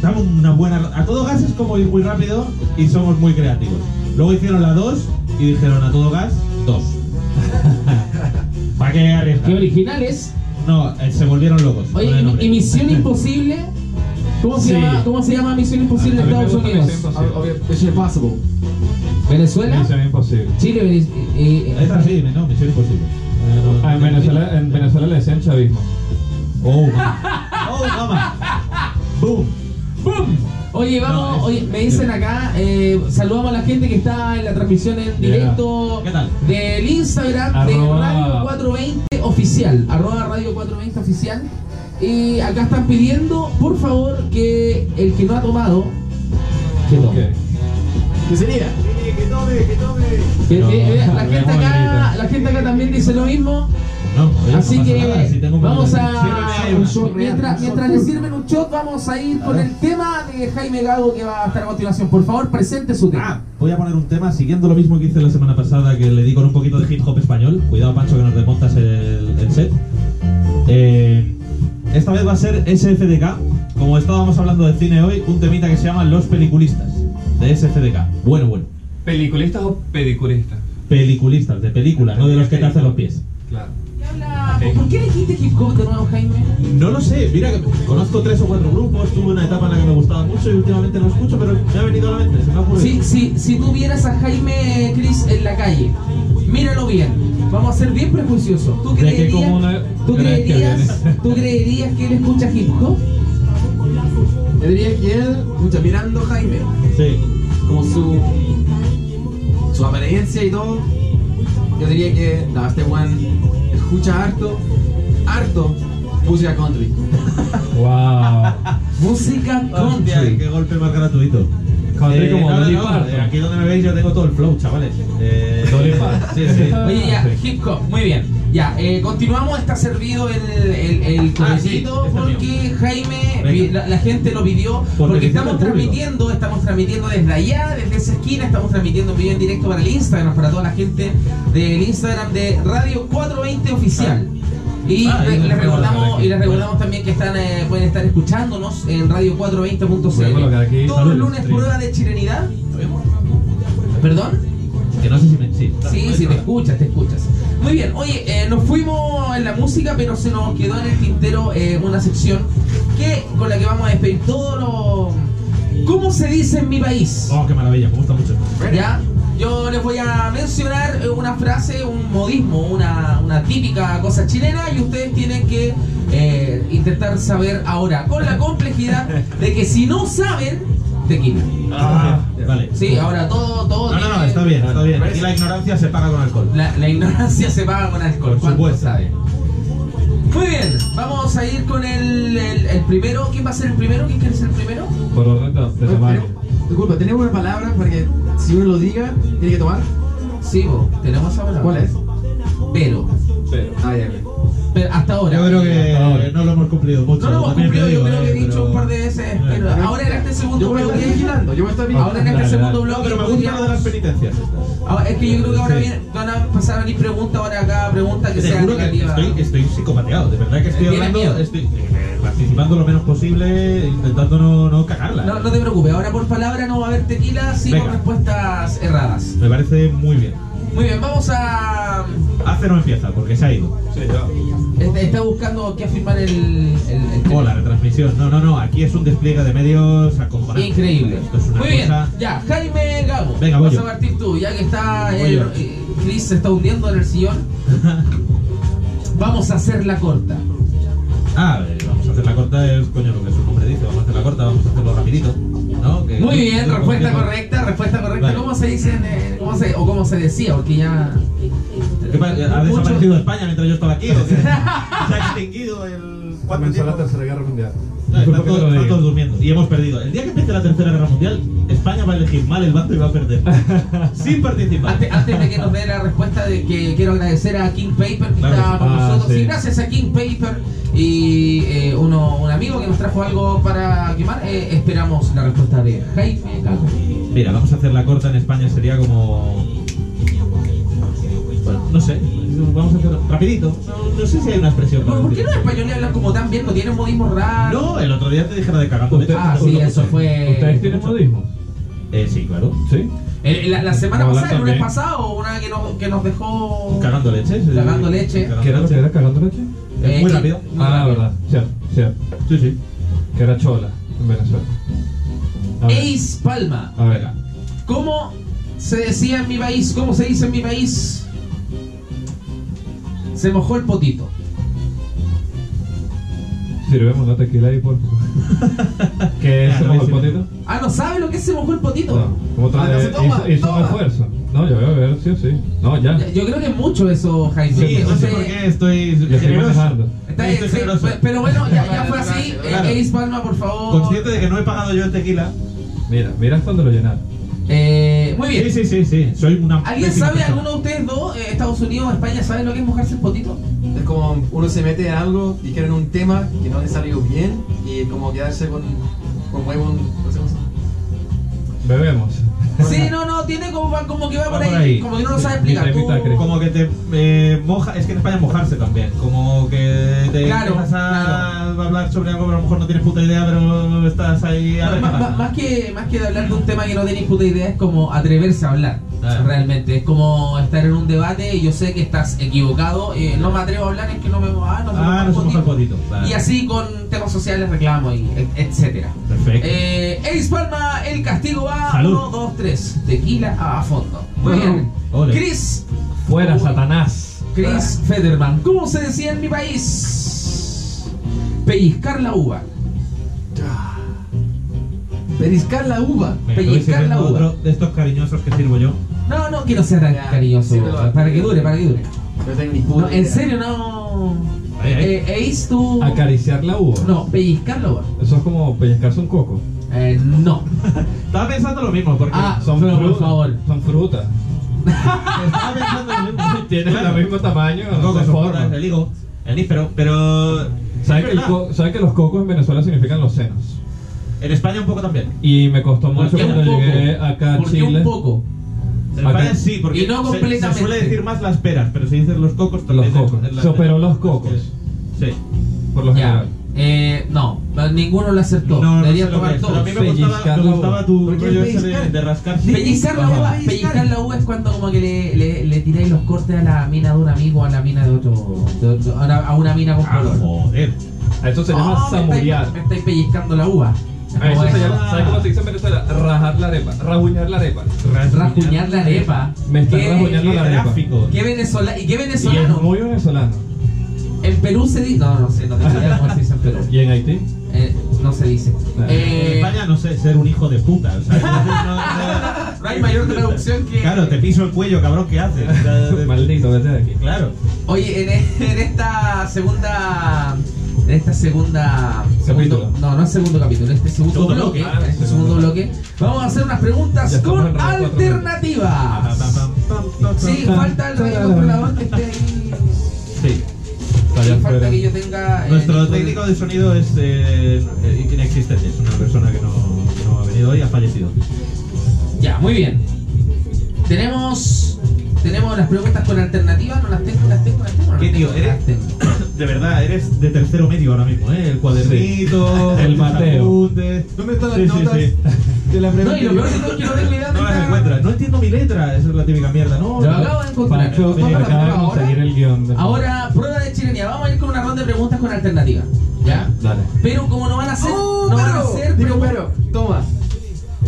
[SPEAKER 3] Damos una buena. A todo gas es como ir muy rápido y somos muy creativos. Luego hicieron la 2 y dijeron a todo gas 2. ¿Para qué
[SPEAKER 2] Que
[SPEAKER 3] arriesgar?
[SPEAKER 2] originales.
[SPEAKER 3] No, eh, se volvieron locos. con el
[SPEAKER 2] Oye, y,
[SPEAKER 3] nombre.
[SPEAKER 2] y Misión Imposible. ¿Cómo se,
[SPEAKER 3] eh, Sí. Ah,
[SPEAKER 2] llama, ¿Cómo se llama Misión Imposible
[SPEAKER 1] A
[SPEAKER 2] en
[SPEAKER 1] mí me
[SPEAKER 2] Estados
[SPEAKER 1] gusta
[SPEAKER 2] Unidos?
[SPEAKER 1] Misión
[SPEAKER 4] Ob- obvio, Mission Impossible.
[SPEAKER 2] Venezuela,
[SPEAKER 1] Misión imposible.
[SPEAKER 2] Chile, Vene- eh, eh,
[SPEAKER 3] Esta sí, no, misión imposible. Eh, no,
[SPEAKER 1] Ah, en, Venezuela, en Venezuela le decían chavismo.
[SPEAKER 3] Oh, mamá. Oh, mamá. Boom.
[SPEAKER 2] ¡Bum! Oye, vamos,
[SPEAKER 3] No, es-
[SPEAKER 2] oye, me dicen acá, eh, saludamos a la gente que está en la transmisión en
[SPEAKER 1] Yeah.
[SPEAKER 2] directo
[SPEAKER 3] ¿Qué tal?
[SPEAKER 2] del Instagram
[SPEAKER 1] Arroba-
[SPEAKER 2] de Radio 420 Oficial, arroba Radio 420 Oficial. Y acá están pidiendo, por favor, que el que no ha tomado, que tome.
[SPEAKER 1] Ok.
[SPEAKER 4] ¿Qué sería?
[SPEAKER 2] Que-
[SPEAKER 3] No,
[SPEAKER 2] que- eh, la,
[SPEAKER 1] me
[SPEAKER 2] gente
[SPEAKER 1] voy
[SPEAKER 2] acá,
[SPEAKER 1] ahorita.
[SPEAKER 2] la gente acá también dice lo mismo,
[SPEAKER 3] No, oye, no
[SPEAKER 2] así
[SPEAKER 3] pasa
[SPEAKER 2] que
[SPEAKER 3] nada, si tengo un
[SPEAKER 2] vamos
[SPEAKER 3] montón de-
[SPEAKER 2] a...
[SPEAKER 3] Sírveme
[SPEAKER 4] un
[SPEAKER 3] ahí una.
[SPEAKER 4] shot real,
[SPEAKER 2] Mientras,
[SPEAKER 4] un shot
[SPEAKER 2] mientras le
[SPEAKER 4] full.
[SPEAKER 2] sirven un shot, vamos a ir con el tema de Jaime Gago que va a estar a continuación. Por favor, presente su tema.
[SPEAKER 3] Ah, voy a poner un tema siguiendo lo mismo que hice la semana pasada, que le di con un poquito de hip hop español. Cuidado, Pancho, que nos desmontas el, el set. Eh, esta vez va a ser SFDK. Como estábamos hablando de cine hoy, un temita que se llama Los Peliculistas, de SFDK. Bueno, bueno.
[SPEAKER 1] ¿Peliculistas o pedicuristas?
[SPEAKER 3] Peliculistas, de película, no de los que te hacen los pies.
[SPEAKER 1] Claro.
[SPEAKER 2] ¿Qué habla- ¿Por qué elegiste hip hop de nuevo, Jaime?
[SPEAKER 3] No lo sé, mira que conozco tres o cuatro grupos, tuve una etapa en la que me gustaba mucho y últimamente no escucho, pero me ha venido a la mente, se me ha
[SPEAKER 2] Si,
[SPEAKER 3] ocurrido.
[SPEAKER 2] si, si tú vieras a Jaime Chris en la calle, míralo bien. Vamos a ser bien prejuiciosos. ¿Tú
[SPEAKER 1] ¿De qué
[SPEAKER 2] creerías,
[SPEAKER 1] comuna
[SPEAKER 2] tú
[SPEAKER 1] crees que
[SPEAKER 2] creerías, tú creerías que él escucha hip hop?
[SPEAKER 4] Yo diría que él, mucha, mirando a Jaime,
[SPEAKER 3] Sí.
[SPEAKER 4] como su. su apariencia y todo, yo diría que, no, este one escucha harto, harto música country.
[SPEAKER 1] Wow.
[SPEAKER 2] Música
[SPEAKER 3] Hostia,
[SPEAKER 2] country.
[SPEAKER 3] qué golpe más gratuito.
[SPEAKER 1] Country como
[SPEAKER 3] no, no,
[SPEAKER 1] Dolly
[SPEAKER 3] no,
[SPEAKER 1] Parton.
[SPEAKER 3] eh, Aquí donde me veis yo tengo todo el flow, chavales. Eh,
[SPEAKER 1] Dolly Parton.
[SPEAKER 3] Sí, sí. Ah,
[SPEAKER 2] Oye, ya, hip hop, muy bien. Ya, eh, continuamos, está servido el, el, el
[SPEAKER 3] Ah,
[SPEAKER 2] cafecito
[SPEAKER 3] sí, está
[SPEAKER 2] porque Jaime,
[SPEAKER 3] Venga.
[SPEAKER 2] vi- la, la gente lo pidió, porque,
[SPEAKER 3] Porque
[SPEAKER 2] estamos
[SPEAKER 3] necesita el público.
[SPEAKER 2] transmitiendo, estamos transmitiendo desde allá, desde esa esquina, estamos transmitiendo en vivo y en directo para el Instagram, para toda la gente del Instagram de Radio 420 Oficial. Y,
[SPEAKER 3] Ah, ahí
[SPEAKER 2] re- les
[SPEAKER 3] nos vemos la
[SPEAKER 2] recordamos,
[SPEAKER 3] cara
[SPEAKER 2] y les
[SPEAKER 3] aquí.
[SPEAKER 2] recordamos también que están, eh, pueden estar escuchándonos en
[SPEAKER 1] Voy a colocar aquí,
[SPEAKER 2] radio420.cl. Todos
[SPEAKER 1] saludos,
[SPEAKER 2] los lunes
[SPEAKER 1] stream.
[SPEAKER 2] prueba de chilenidad. ¿Perdón?
[SPEAKER 3] Que no sé si me. Sí, claro,
[SPEAKER 2] Sí,
[SPEAKER 3] no hay
[SPEAKER 2] sí, te
[SPEAKER 3] problema.
[SPEAKER 2] escuchas, te escuchas. Muy bien, oye, eh, nos fuimos en la música, pero se nos quedó en el tintero eh, una sección que con la que vamos a despedir todo lo... ¿Cómo se dice en mi país?
[SPEAKER 3] Oh, qué maravilla, me gusta mucho.
[SPEAKER 2] ¿Ya? Yo les voy a mencionar eh, una frase, un modismo, una, una típica cosa chilena y ustedes tienen que eh, intentar saber ahora, con la complejidad de que si no saben, te quitan.
[SPEAKER 3] Ah, vale.
[SPEAKER 2] Sí, ahora todo, todo.
[SPEAKER 3] No, no, no,
[SPEAKER 2] tiene-
[SPEAKER 3] está bien, está bien.
[SPEAKER 2] Parece-
[SPEAKER 3] Aquí la ignorancia se paga con alcohol.
[SPEAKER 2] La, la ignorancia se paga con alcohol,
[SPEAKER 3] Por
[SPEAKER 2] ¿cuánto
[SPEAKER 3] supuesto.
[SPEAKER 2] sabe? Muy bien, vamos a ir con el, el- el primero. ¿Quién va a ser el primero? ¿Quién quiere ser el primero?
[SPEAKER 1] Por orden de- de
[SPEAKER 4] Oye,
[SPEAKER 1] tamaño.
[SPEAKER 4] tenemos- Disculpa, tenemos una palabra para que si uno lo diga, tiene que tomar.
[SPEAKER 2] Sí, vos, tenemos esa palabra.
[SPEAKER 4] ¿Cuál es?
[SPEAKER 2] Pero.
[SPEAKER 1] Pero-
[SPEAKER 4] Ah, ya, ya.
[SPEAKER 2] pero hasta ahora.
[SPEAKER 3] Yo creo que
[SPEAKER 1] Hasta ahora.
[SPEAKER 3] eh, no lo hemos cumplido mucho.
[SPEAKER 2] No lo hemos
[SPEAKER 3] también te
[SPEAKER 2] cumplido, yo
[SPEAKER 3] digo,
[SPEAKER 2] creo que he
[SPEAKER 3] eh,
[SPEAKER 2] dicho
[SPEAKER 3] pero-
[SPEAKER 2] un par de veces.
[SPEAKER 3] Eh.
[SPEAKER 2] Pero ahora en este segundo
[SPEAKER 4] Yo me estoy
[SPEAKER 2] bloque.
[SPEAKER 4] vigilando, yo me estoy vigilando.
[SPEAKER 2] Ahora en este
[SPEAKER 1] Dale,
[SPEAKER 2] segundo
[SPEAKER 1] dale.
[SPEAKER 2] bloque.
[SPEAKER 3] Pero me gusta lo de las
[SPEAKER 2] podríamos-
[SPEAKER 3] penitencias.
[SPEAKER 2] Ah, es que yo creo que ahora
[SPEAKER 3] Sí.
[SPEAKER 2] viene- van a pasar a venir preguntas, ahora cada pregunta que
[SPEAKER 3] Te
[SPEAKER 2] sea
[SPEAKER 3] juro que
[SPEAKER 2] negativa.
[SPEAKER 3] estoy, estoy psicopateado, de verdad que estoy
[SPEAKER 2] Tienes miedo.
[SPEAKER 3] hablando, estoy eh, participando lo menos posible, intentando no, no cagarla.
[SPEAKER 2] No, no te preocupes, ahora por palabra no va a haber tequila, sino
[SPEAKER 3] Venga.
[SPEAKER 2] respuestas erradas.
[SPEAKER 3] Me parece muy bien.
[SPEAKER 2] Muy bien, vamos a.
[SPEAKER 3] Hace no empieza, porque se ha ido.
[SPEAKER 2] Está, está buscando que afirmar el. el, el tema.
[SPEAKER 3] Hola, la retransmisión. No, no, no, aquí es un despliegue de medios acojonante.
[SPEAKER 2] Increíble.
[SPEAKER 3] Esto es una
[SPEAKER 2] Muy bien,
[SPEAKER 3] cosa-
[SPEAKER 2] ya, Jaime Gago.
[SPEAKER 3] Venga, voy
[SPEAKER 2] vas a
[SPEAKER 3] yo.
[SPEAKER 2] partir tú, ya que está.
[SPEAKER 3] Voy
[SPEAKER 2] el-
[SPEAKER 3] yo.
[SPEAKER 2] eh, Chris se está hundiendo en el sillón. vamos a hacerla corta.
[SPEAKER 3] Ah, eh, vamos a hacer la corta, es coño lo que su nombre dice. Vamos a hacer la corta, vamos a hacerlo rapidito. ¿no? Que-
[SPEAKER 2] Muy bien,
[SPEAKER 3] que-
[SPEAKER 2] respuesta
[SPEAKER 3] que-
[SPEAKER 2] correcta, respuesta correcta.
[SPEAKER 3] Vale.
[SPEAKER 2] ¿Cómo se dice en, eh, cómo se, o cómo se decía? Porque ya.
[SPEAKER 3] ¿Qué pa- ¿Ha
[SPEAKER 2] Mucho-
[SPEAKER 3] desaparecido España mientras yo estaba aquí? ¿o qué? ¿Se ha extinguido el. ¿Cuánto
[SPEAKER 5] Comenzó la
[SPEAKER 3] tiempo?
[SPEAKER 5] Tercera Guerra Mundial.
[SPEAKER 3] No, están
[SPEAKER 1] Disculpa que te lo
[SPEAKER 3] todos, están
[SPEAKER 1] diga.
[SPEAKER 3] todos durmiendo. Y hemos perdido. El día que empiece la Tercera Guerra Mundial, España va a elegir mal el bando y va a perder. Sin participar.
[SPEAKER 2] Antes, antes de que nos dé la respuesta de que quiero agradecer a King Paper que
[SPEAKER 3] Claro que
[SPEAKER 2] está
[SPEAKER 3] sí.
[SPEAKER 2] con
[SPEAKER 1] Ah,
[SPEAKER 2] nosotros.
[SPEAKER 1] sí.
[SPEAKER 2] Y gracias a King Paper y eh, uno, un amigo que nos trajo algo para quemar, eh, esperamos la respuesta de Jaime Gago.
[SPEAKER 3] Mira, vamos a hacer la corta en España, sería como. Bueno, no sé. Vamos a hacer rapidito. No, no sé si hay una expresión. para
[SPEAKER 2] ¿Por, por qué
[SPEAKER 3] decir
[SPEAKER 2] los
[SPEAKER 3] esto.
[SPEAKER 2] españoles hablan como tan bien? ¿No tienen modismo raro?
[SPEAKER 3] No, el otro día te dijeron de cagando.
[SPEAKER 1] Usted-
[SPEAKER 2] Ah, sí, eso fue.
[SPEAKER 1] ¿Ustedes tienen modismo?
[SPEAKER 3] Eh, sí, claro.
[SPEAKER 1] ¿Sí?
[SPEAKER 2] Eh, la, la semana
[SPEAKER 1] No, hablan
[SPEAKER 2] pasada, el lunes
[SPEAKER 1] también.
[SPEAKER 2] pasado, una que nos, que nos dejó.
[SPEAKER 3] Cagando leche. sí.
[SPEAKER 2] Cagando leche.
[SPEAKER 3] Cagando
[SPEAKER 1] ¿Qué era lo que era cagando leche?
[SPEAKER 3] Eh, muy
[SPEAKER 2] que-
[SPEAKER 3] rápido.
[SPEAKER 2] muy
[SPEAKER 1] Ah,
[SPEAKER 2] rápido.
[SPEAKER 1] verdad. Cierto, cierto.
[SPEAKER 3] Sí, sí.
[SPEAKER 1] Que era chola en Venezuela. A ver,
[SPEAKER 2] Ace Palma.
[SPEAKER 1] a ver. ah,
[SPEAKER 2] ¿Cómo se decía en mi país? ¿Cómo se dice en mi país? Se mojó el potito.
[SPEAKER 1] Sirvemos una tequila ahí, por favor. ¿Qué es
[SPEAKER 3] Ah, no,
[SPEAKER 1] como el
[SPEAKER 3] sí,
[SPEAKER 1] potito?
[SPEAKER 2] Ah, ¿no sabe lo que es se mojó el potito?
[SPEAKER 1] No, como otra
[SPEAKER 4] Ah, no
[SPEAKER 1] vez,
[SPEAKER 4] se toma,
[SPEAKER 1] hizo, hizo un
[SPEAKER 4] toma.
[SPEAKER 1] esfuerzo. No, yo voy a beber, sí o sí. No, ya.
[SPEAKER 2] Ya, Yo creo que es mucho eso, Jaime.
[SPEAKER 3] Sí, no sé
[SPEAKER 2] Entonces,
[SPEAKER 3] por qué estoy
[SPEAKER 1] Yo estoy
[SPEAKER 3] generoso.
[SPEAKER 1] manejando.
[SPEAKER 2] está bien,
[SPEAKER 3] Estoy
[SPEAKER 2] sí,
[SPEAKER 3] generoso.
[SPEAKER 2] pe- pero bueno, ya, ya fue así. Eh,
[SPEAKER 4] Claro.
[SPEAKER 2] Ace Palma, por favor.
[SPEAKER 3] Consciente de que no he pagado yo el tequila.
[SPEAKER 1] Mira, mira hasta donde lo llenaron.
[SPEAKER 2] Eh, muy bien.
[SPEAKER 3] Sí, sí, sí, sí. Soy una.
[SPEAKER 2] ¿Alguien
[SPEAKER 3] pésima
[SPEAKER 2] sabe,
[SPEAKER 3] persona.
[SPEAKER 2] alguno de ustedes dos, eh, Estados Unidos, España, sabe lo que es mojarse el potito?
[SPEAKER 4] este- Es como uno se mete en algo, dijeron un tema que no le salió bien y como quedarse con, con huevo, no sé cómo se
[SPEAKER 1] Bebemos.
[SPEAKER 2] Sí, no, no, tiene como, va- como que va, por,
[SPEAKER 3] Va
[SPEAKER 2] ahí,
[SPEAKER 3] por ahí.
[SPEAKER 2] Como que no lo sabe
[SPEAKER 1] Mitad y
[SPEAKER 2] explicar. Tú-
[SPEAKER 1] mitad, creo.
[SPEAKER 3] Como que te eh, moja, es que en España mojarse también, como que te
[SPEAKER 2] Claro,
[SPEAKER 3] empiezas a hablar sobre algo que a lo mejor no tienes puta idea, pero estás ahí a
[SPEAKER 2] Más,
[SPEAKER 3] ver qué
[SPEAKER 2] más-
[SPEAKER 3] pasa.
[SPEAKER 2] más que, más que de hablar de un tema que no tenéis puta idea, es como atreverse a hablar.
[SPEAKER 3] Claro.
[SPEAKER 2] Realmente, es como estar en un debate y yo sé que estás equivocado. eh, no me atrevo a hablar, es que no me. Ah, no se moja
[SPEAKER 3] Ah,
[SPEAKER 2] el
[SPEAKER 3] no se moja el
[SPEAKER 2] potito.
[SPEAKER 3] potito. Vale.
[SPEAKER 2] Y así con temas sociales, reclamos, y et- etcétera.
[SPEAKER 3] Perfecto.
[SPEAKER 2] Eh, Ace Palma, el castigo va
[SPEAKER 3] Salud.
[SPEAKER 2] 1, 2, 3. Tequila a fondo. Muy bien.
[SPEAKER 3] Ole.
[SPEAKER 2] Chris,
[SPEAKER 1] Fuera,
[SPEAKER 2] Uy.
[SPEAKER 1] Satanás.
[SPEAKER 2] Chris Federman. ¿Cómo se decía en mi país? Pellizcar la uva.
[SPEAKER 4] llama. Periscar la uva.
[SPEAKER 3] Venga, te voy
[SPEAKER 2] pellizcar
[SPEAKER 3] sirviendo
[SPEAKER 2] la uva.
[SPEAKER 3] otro de estos cariñosos que sirvo yo.
[SPEAKER 2] No, no, que no sea tan
[SPEAKER 4] Ya,
[SPEAKER 2] cariñoso.
[SPEAKER 4] sí, pero-
[SPEAKER 2] para que dure, para que dure.
[SPEAKER 4] No tengo ni puta
[SPEAKER 2] No, en
[SPEAKER 4] idea.
[SPEAKER 2] serio, no.
[SPEAKER 3] Ahí, ahí.
[SPEAKER 2] Eh, Ace, tú.
[SPEAKER 1] Acariciar la uva.
[SPEAKER 2] No, pellizcarlo.
[SPEAKER 1] Eso es como pellizcarse un coco.
[SPEAKER 2] Eh, no.
[SPEAKER 3] Estaba pensando lo mismo, porque
[SPEAKER 2] Ah,
[SPEAKER 1] Son
[SPEAKER 2] pero por
[SPEAKER 1] frutas.
[SPEAKER 2] favor.
[SPEAKER 1] Son frutas.
[SPEAKER 3] estaba pensando lo mismo.
[SPEAKER 1] Tienen
[SPEAKER 3] Claro.
[SPEAKER 1] el mismo tamaño,
[SPEAKER 3] Los cocos
[SPEAKER 1] no se
[SPEAKER 3] son
[SPEAKER 1] forma.
[SPEAKER 3] frutas, el higo, el níspero, pero...
[SPEAKER 1] ¿Saben
[SPEAKER 3] es
[SPEAKER 1] que, el
[SPEAKER 3] verdad.
[SPEAKER 1] co- saben que los cocos en Venezuela significan los senos?
[SPEAKER 3] En España un poco también.
[SPEAKER 1] Y me costó
[SPEAKER 2] ¿Por
[SPEAKER 1] mucho
[SPEAKER 2] qué
[SPEAKER 1] cuando
[SPEAKER 2] un poco?
[SPEAKER 1] llegué acá a
[SPEAKER 2] ¿Por qué
[SPEAKER 1] Chile.
[SPEAKER 2] un poco?
[SPEAKER 3] En
[SPEAKER 1] Acá-
[SPEAKER 3] España sí, porque
[SPEAKER 2] Y no
[SPEAKER 3] se-
[SPEAKER 2] completamente.
[SPEAKER 3] Se, suele decir más las peras, pero se dicen los cocos
[SPEAKER 1] Los
[SPEAKER 3] también.
[SPEAKER 1] cocos.
[SPEAKER 3] Es la-
[SPEAKER 1] Se operó los
[SPEAKER 3] las
[SPEAKER 1] cocos.
[SPEAKER 3] que- Sí.
[SPEAKER 1] Por lo
[SPEAKER 2] Ya.
[SPEAKER 1] general.
[SPEAKER 2] Eh, no, ninguno lo acertó.
[SPEAKER 3] No, no sé
[SPEAKER 2] Deberían
[SPEAKER 3] lo que
[SPEAKER 2] tomar
[SPEAKER 3] es, pero a
[SPEAKER 2] todos.
[SPEAKER 3] mí me gustaba, me
[SPEAKER 1] Pellizcando.
[SPEAKER 3] gustaba tu
[SPEAKER 4] ¿Por qué
[SPEAKER 3] rollo ese de,
[SPEAKER 4] pellizcar?
[SPEAKER 3] de rascarse.
[SPEAKER 2] Pellizcar la uva,
[SPEAKER 3] Ajá.
[SPEAKER 2] pellizcar la uva es cuando como que le, le, le tiráis los cortes a la mina de un amigo a la mina de otro. de otro- a, una, a una mina con
[SPEAKER 3] Ah,
[SPEAKER 2] color.
[SPEAKER 3] joder.
[SPEAKER 1] A Eso se llama
[SPEAKER 2] Ah, me
[SPEAKER 1] saborear.
[SPEAKER 2] estáis- Me estáis pellizcando la uva.
[SPEAKER 1] A Eso
[SPEAKER 2] Como
[SPEAKER 1] se
[SPEAKER 2] eso.
[SPEAKER 1] llama, ¿sabes cómo se dice en Venezuela? Rajar la arepa, rajuñar la arepa.
[SPEAKER 2] Rasguñar la arepa.
[SPEAKER 1] Me están
[SPEAKER 2] Qué-
[SPEAKER 1] rajuñando
[SPEAKER 3] Qué
[SPEAKER 1] la arepa. Y
[SPEAKER 3] gráfico.
[SPEAKER 2] qué venezola- ¿Y qué
[SPEAKER 1] es
[SPEAKER 2] venezolano?
[SPEAKER 1] muy venezolano.
[SPEAKER 2] En Perú se dice. No, no sé, no tengo idea cómo se dice en Perú.
[SPEAKER 1] ¿Y en Haití?
[SPEAKER 2] Eh, no se dice.
[SPEAKER 3] En
[SPEAKER 2] Eh,
[SPEAKER 3] España, no sé, ser un hijo de puta. o sea, no- no-
[SPEAKER 2] no hay mayor traducción que.
[SPEAKER 3] Claro, te piso el cuello, cabrón, ¿qué haces? O sea, de-
[SPEAKER 1] Maldito, vete de aquí.
[SPEAKER 3] Claro.
[SPEAKER 2] Oye, en, e- en esta segunda. En esta segunda.
[SPEAKER 1] Capítulo.
[SPEAKER 2] segundo- no, no es segundo capítulo, en este segundo
[SPEAKER 3] Segundo
[SPEAKER 2] bloque.
[SPEAKER 3] bloque.
[SPEAKER 2] en este segundo bloque. Vamos a hacer unas
[SPEAKER 1] Ya
[SPEAKER 2] preguntas
[SPEAKER 1] estamos en
[SPEAKER 2] con
[SPEAKER 1] radio cuatro
[SPEAKER 3] Pam, pam,
[SPEAKER 2] alternativas.
[SPEAKER 3] pam, pam, pam,
[SPEAKER 2] Ah. Sí,
[SPEAKER 3] pam.
[SPEAKER 2] falta el radio controlador que esté ahí.
[SPEAKER 3] Sí.
[SPEAKER 1] Está
[SPEAKER 2] Y
[SPEAKER 1] allá
[SPEAKER 2] falta
[SPEAKER 1] afuera.
[SPEAKER 2] que yo tenga. eh,
[SPEAKER 3] Nuestro
[SPEAKER 2] ningún-
[SPEAKER 3] técnico de sonido es eh, eh, inexistente, es una persona que no, que no ha venido hoy, ha fallecido.
[SPEAKER 2] Ya, muy bien. Tenemos. Tenemos las preguntas con alternativas, no las tengo, las tengo, las tengo. no las
[SPEAKER 3] ¿Qué
[SPEAKER 2] tengo,
[SPEAKER 3] tío
[SPEAKER 2] no
[SPEAKER 3] eres?
[SPEAKER 2] las tengo.
[SPEAKER 3] De verdad, eres de tercero medio ahora mismo, ¿eh? El cuadernito,
[SPEAKER 1] Sí. El Mateo.
[SPEAKER 3] apuntes.
[SPEAKER 4] ¿Dónde están las
[SPEAKER 3] Sí, sí,
[SPEAKER 4] notas
[SPEAKER 3] sí.
[SPEAKER 4] de la
[SPEAKER 2] No, y lo peor
[SPEAKER 4] pregunta?
[SPEAKER 2] de todo es que no tengo idea de
[SPEAKER 3] No las encuentras, no entiendo mi letra, esa es la típica mierda, ¿no?
[SPEAKER 2] Lo acabo de encontrar.
[SPEAKER 1] Pancho
[SPEAKER 2] Vamos a la
[SPEAKER 1] acaba de
[SPEAKER 2] prueba ahora.
[SPEAKER 1] conseguir el guión. de-
[SPEAKER 2] Ahora, prueba de chilenía. Vamos a ir con una ronda de preguntas con alternativas. ¿Ya?
[SPEAKER 1] Dale.
[SPEAKER 2] Pero como no van a ser.
[SPEAKER 4] ¡Oh,
[SPEAKER 2] no van a
[SPEAKER 4] pero!
[SPEAKER 2] ser.
[SPEAKER 4] Digo,
[SPEAKER 2] pregun-
[SPEAKER 4] pero, toma.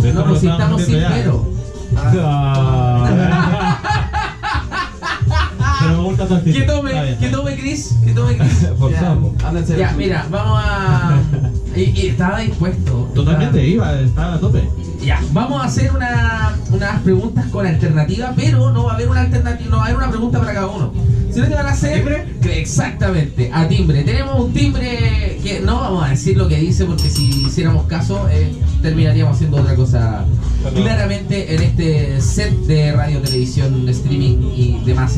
[SPEAKER 3] Pero
[SPEAKER 2] No,
[SPEAKER 3] esto lo
[SPEAKER 2] pero si
[SPEAKER 3] estábamos
[SPEAKER 2] estamos sin
[SPEAKER 3] haciendo ya. ¿eh?
[SPEAKER 2] pero.
[SPEAKER 1] Ah.
[SPEAKER 3] Pero me gusta tu actitud.
[SPEAKER 2] Que
[SPEAKER 3] Está
[SPEAKER 2] tome,
[SPEAKER 3] bien.
[SPEAKER 2] que tome, Chris. Que tome, Chris.
[SPEAKER 1] Por
[SPEAKER 4] Ya,
[SPEAKER 1] sapo.
[SPEAKER 4] ándate.
[SPEAKER 2] ya, mira, vamos a. Y, y estaba dispuesto.
[SPEAKER 3] Totalmente, iba, estaba a tope.
[SPEAKER 2] Ya, vamos a hacer una, unas preguntas con alternativa, pero no va a haber una alternativa, no va a haber una pregunta para cada uno. Sino que van a hacer. que- Exactamente, a timbre. Tenemos un timbre que no vamos a decir lo que dice porque si hiciéramos caso eh, terminaríamos haciendo otra cosa.
[SPEAKER 1] Perdón.
[SPEAKER 2] Claramente en este set de radio, televisión, streaming y demás.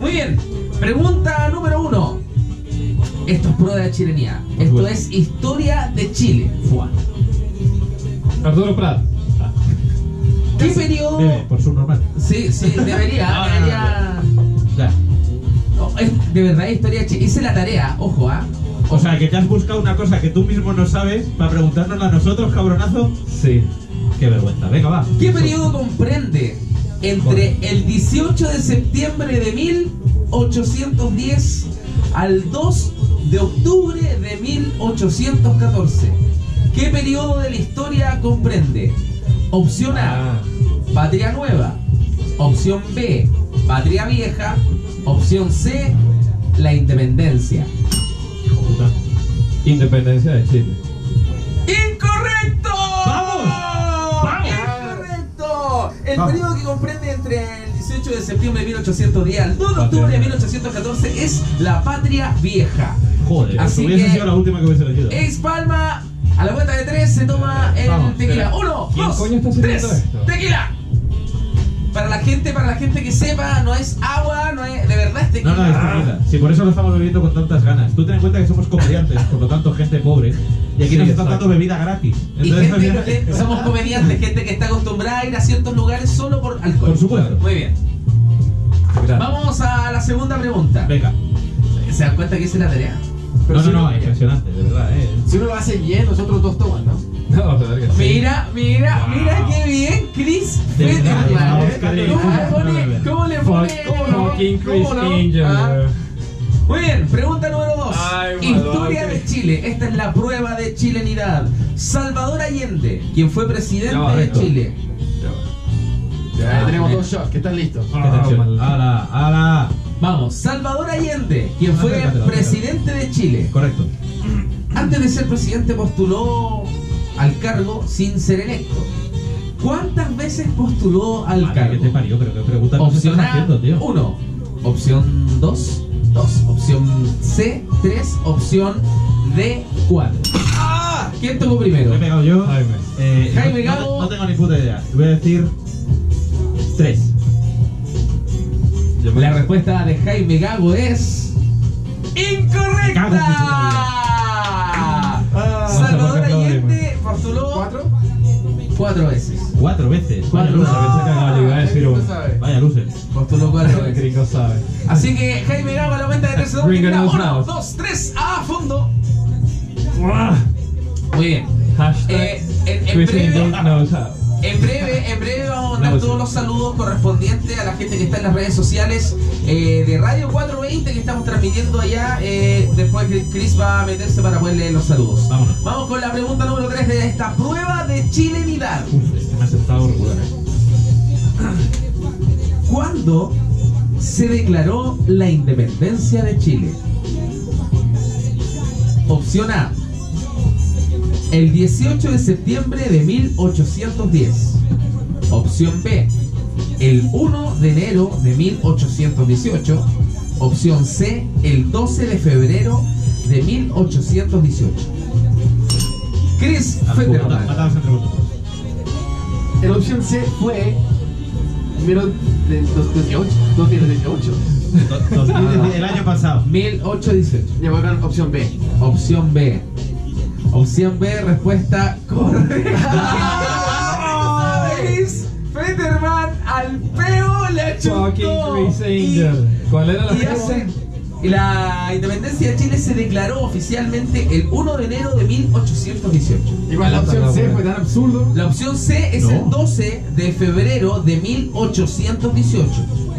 [SPEAKER 2] Muy bien, pregunta número uno. Esto es prueba de chilenía. Esto
[SPEAKER 1] supuesto.
[SPEAKER 2] es historia de Chile. Fua.
[SPEAKER 1] Arturo Prat.
[SPEAKER 2] ¿Qué periodo?
[SPEAKER 3] Debe, por su normal.
[SPEAKER 2] Sí, sí, debería,
[SPEAKER 3] No, no, no,
[SPEAKER 2] debería.
[SPEAKER 3] Ah, Ya.
[SPEAKER 2] No, es de verdad historia chi- Hice la tarea, ojo, ¿ah?
[SPEAKER 3] O sea, que te has buscado una cosa que tú mismo no sabes para preguntárnosla a nosotros, cabronazo.
[SPEAKER 1] Sí.
[SPEAKER 3] Qué vergüenza, venga, va.
[SPEAKER 2] ¿Qué periodo comprende entre el 18 de septiembre de 1810 al 2 de octubre de 1814? ¿Qué periodo de la historia comprende? Opción A.
[SPEAKER 1] Ah.
[SPEAKER 2] Patria Nueva. Opción B, Patria Vieja. Opción C, la independencia.
[SPEAKER 3] Hijo puta.
[SPEAKER 1] Independencia de Chile.
[SPEAKER 2] ¡Incorrecto!
[SPEAKER 3] ¡Vamos! ¡Vamos!
[SPEAKER 2] ¡Incorrecto! El
[SPEAKER 3] Vamos.
[SPEAKER 2] periodo que comprende entre el 18 de septiembre de 1810 al 2 de
[SPEAKER 3] Patria
[SPEAKER 2] octubre de
[SPEAKER 3] Nueva.
[SPEAKER 2] 1814 es la patria vieja.
[SPEAKER 3] Joder,
[SPEAKER 2] Así
[SPEAKER 3] si hubiese
[SPEAKER 2] que-
[SPEAKER 3] sido la última que hubiese elegido.
[SPEAKER 2] Ex Palma, a la cuenta de tres se toma el
[SPEAKER 3] Vamos,
[SPEAKER 2] tequila.
[SPEAKER 3] espera.
[SPEAKER 2] Uno,
[SPEAKER 1] ¿Quién
[SPEAKER 2] dos,
[SPEAKER 1] coño está haciendo
[SPEAKER 2] tres,
[SPEAKER 1] esto?
[SPEAKER 2] tequila. Para la gente, para la gente que sepa, no es agua, no es, de verdad es tequila.
[SPEAKER 3] No, no, es comida. Si por eso lo estamos bebiendo con tantas ganas. Tú ten en cuenta que somos comediantes, por lo tanto, gente pobre. Y aquí
[SPEAKER 1] Sí,
[SPEAKER 3] nos están
[SPEAKER 1] exacto.
[SPEAKER 3] dando bebida gratis.
[SPEAKER 2] Y
[SPEAKER 3] Entonces,
[SPEAKER 2] gente que somos comediantes, gente que está acostumbrada a ir a ciertos lugares solo por alcohol.
[SPEAKER 3] Por supuesto.
[SPEAKER 2] Muy bien.
[SPEAKER 1] Gracias.
[SPEAKER 2] Vamos a la segunda pregunta.
[SPEAKER 3] Venga.
[SPEAKER 2] ¿Se dan cuenta que hice la tarea?
[SPEAKER 4] Pero
[SPEAKER 3] No,
[SPEAKER 4] si
[SPEAKER 3] no, no,
[SPEAKER 4] uno-
[SPEAKER 3] impresionante, de verdad, eh.
[SPEAKER 4] Si uno lo hace bien, los otros dos toman, ¿no?
[SPEAKER 1] No, o sea, que sí.
[SPEAKER 2] Mira, mira,
[SPEAKER 3] Wow.
[SPEAKER 2] mira qué bien, Chris
[SPEAKER 3] De
[SPEAKER 2] Fetterman.
[SPEAKER 3] verdad,
[SPEAKER 2] ¿eh? ¿Cómo
[SPEAKER 3] Oscar,
[SPEAKER 2] le
[SPEAKER 3] eh.
[SPEAKER 2] pone? ¿Cómo le
[SPEAKER 1] Fuck-
[SPEAKER 2] pone?
[SPEAKER 1] Fucking Chris
[SPEAKER 2] ¿Cómo no?
[SPEAKER 1] Angel.
[SPEAKER 2] Ah.
[SPEAKER 1] bro.
[SPEAKER 2] Muy bien, pregunta número 2.
[SPEAKER 1] Ay,
[SPEAKER 2] Historia
[SPEAKER 1] madre.
[SPEAKER 2] de Chile. Esta es la prueba de chilenidad. Salvador Allende, quien fue presidente
[SPEAKER 1] Ya va,
[SPEAKER 2] de
[SPEAKER 1] venga.
[SPEAKER 2] Chile.
[SPEAKER 4] Ya,
[SPEAKER 2] Ah,
[SPEAKER 4] tenemos
[SPEAKER 2] bien.
[SPEAKER 4] dos shots, que están listos.
[SPEAKER 3] Qué
[SPEAKER 1] Ah,
[SPEAKER 3] tensión.
[SPEAKER 1] maldito.
[SPEAKER 3] Ala, ala.
[SPEAKER 2] Vamos, Salvador Allende, quien fue
[SPEAKER 3] Acércatelo, acércatelo.
[SPEAKER 2] presidente de Chile.
[SPEAKER 3] Correcto.
[SPEAKER 2] Antes de ser presidente postuló al cargo sin ser electo. ¿Cuántas veces postuló al
[SPEAKER 3] Madre, que te
[SPEAKER 2] cargo?
[SPEAKER 3] parió, pero qué preguntas nos
[SPEAKER 2] Opción
[SPEAKER 3] estás
[SPEAKER 2] A,
[SPEAKER 3] haciendo, tío.
[SPEAKER 2] 1. Opción 2, 2. Opción C, 3. Opción D, 4. ¿Quién tocó primero?
[SPEAKER 3] Me he pegado yo.
[SPEAKER 1] Jaime.
[SPEAKER 3] Eh,
[SPEAKER 2] Jaime
[SPEAKER 3] no- no,
[SPEAKER 2] Gabo.
[SPEAKER 3] no tengo ni puta idea. Voy a decir. Tres.
[SPEAKER 1] Yo me-
[SPEAKER 2] La respuesta de Jaime Gago es.
[SPEAKER 3] Gago, mi
[SPEAKER 2] ¡Incorrecta! Salvador
[SPEAKER 1] Vamos a marcar
[SPEAKER 2] Allende postuló
[SPEAKER 4] ¿Cuatro?
[SPEAKER 2] cuatro veces.
[SPEAKER 3] Cuatro veces.
[SPEAKER 2] Cuatro.
[SPEAKER 1] No,
[SPEAKER 3] Vaya luces.
[SPEAKER 1] pensé que acababa, le iba a
[SPEAKER 4] el
[SPEAKER 1] decir
[SPEAKER 4] gringo
[SPEAKER 1] uno.
[SPEAKER 4] sabe.
[SPEAKER 3] Vaya luces.
[SPEAKER 2] Postuló cuatro
[SPEAKER 1] El
[SPEAKER 2] veces.
[SPEAKER 1] gringo sabe.
[SPEAKER 2] Así que Jaime Gago a la cuenta de 3
[SPEAKER 1] Gringo
[SPEAKER 2] segundos.
[SPEAKER 1] knows now.
[SPEAKER 2] 1, 2, 3, a fondo.
[SPEAKER 1] ¡Uah!
[SPEAKER 2] Muy bien.
[SPEAKER 1] Ah. Hashtag
[SPEAKER 2] Eh, en- en
[SPEAKER 1] Twisting
[SPEAKER 2] breve-
[SPEAKER 1] Don't Know South.
[SPEAKER 2] En breve, en breve vamos a mandar
[SPEAKER 1] No, sí.
[SPEAKER 2] todos los saludos correspondientes a la gente que está en las redes sociales eh, de Radio 420 que estamos transmitiendo allá. eh, después que Chris va a meterse para poder leer los saludos.
[SPEAKER 3] Vámonos.
[SPEAKER 2] Vamos con la pregunta número 3 de esta prueba de chilenidad.
[SPEAKER 3] Uf, este me ha sentado regular, eh.
[SPEAKER 2] ¿Cuándo se declaró la independencia de Chile? Opción A. El 18 de septiembre de 1810. Opción B. El 1 de enero de 1818. Opción C. El 12 de febrero de 1818. Chris
[SPEAKER 3] Mata-
[SPEAKER 2] Federman.
[SPEAKER 3] mataos entre vosotros.
[SPEAKER 4] La opción C fue. Primero de 2018. 2018.
[SPEAKER 3] Do- dos mil-
[SPEAKER 2] Ah.
[SPEAKER 3] El año pasado.
[SPEAKER 2] 1818.
[SPEAKER 4] Llegó con opción B.
[SPEAKER 2] Opción B. Opción B, respuesta correcta. ¿Sabéis? Fetterman al peo le achutó.
[SPEAKER 1] Fucking Chris
[SPEAKER 2] Y-
[SPEAKER 1] Angel. ¿Cuál era la
[SPEAKER 2] y hace- y la independencia de Chile se declaró oficialmente el 1 de enero de 1818.
[SPEAKER 4] Igual la opción C fue tan absurdo.
[SPEAKER 2] La opción C es
[SPEAKER 3] No.
[SPEAKER 2] el 12 de febrero de 1818.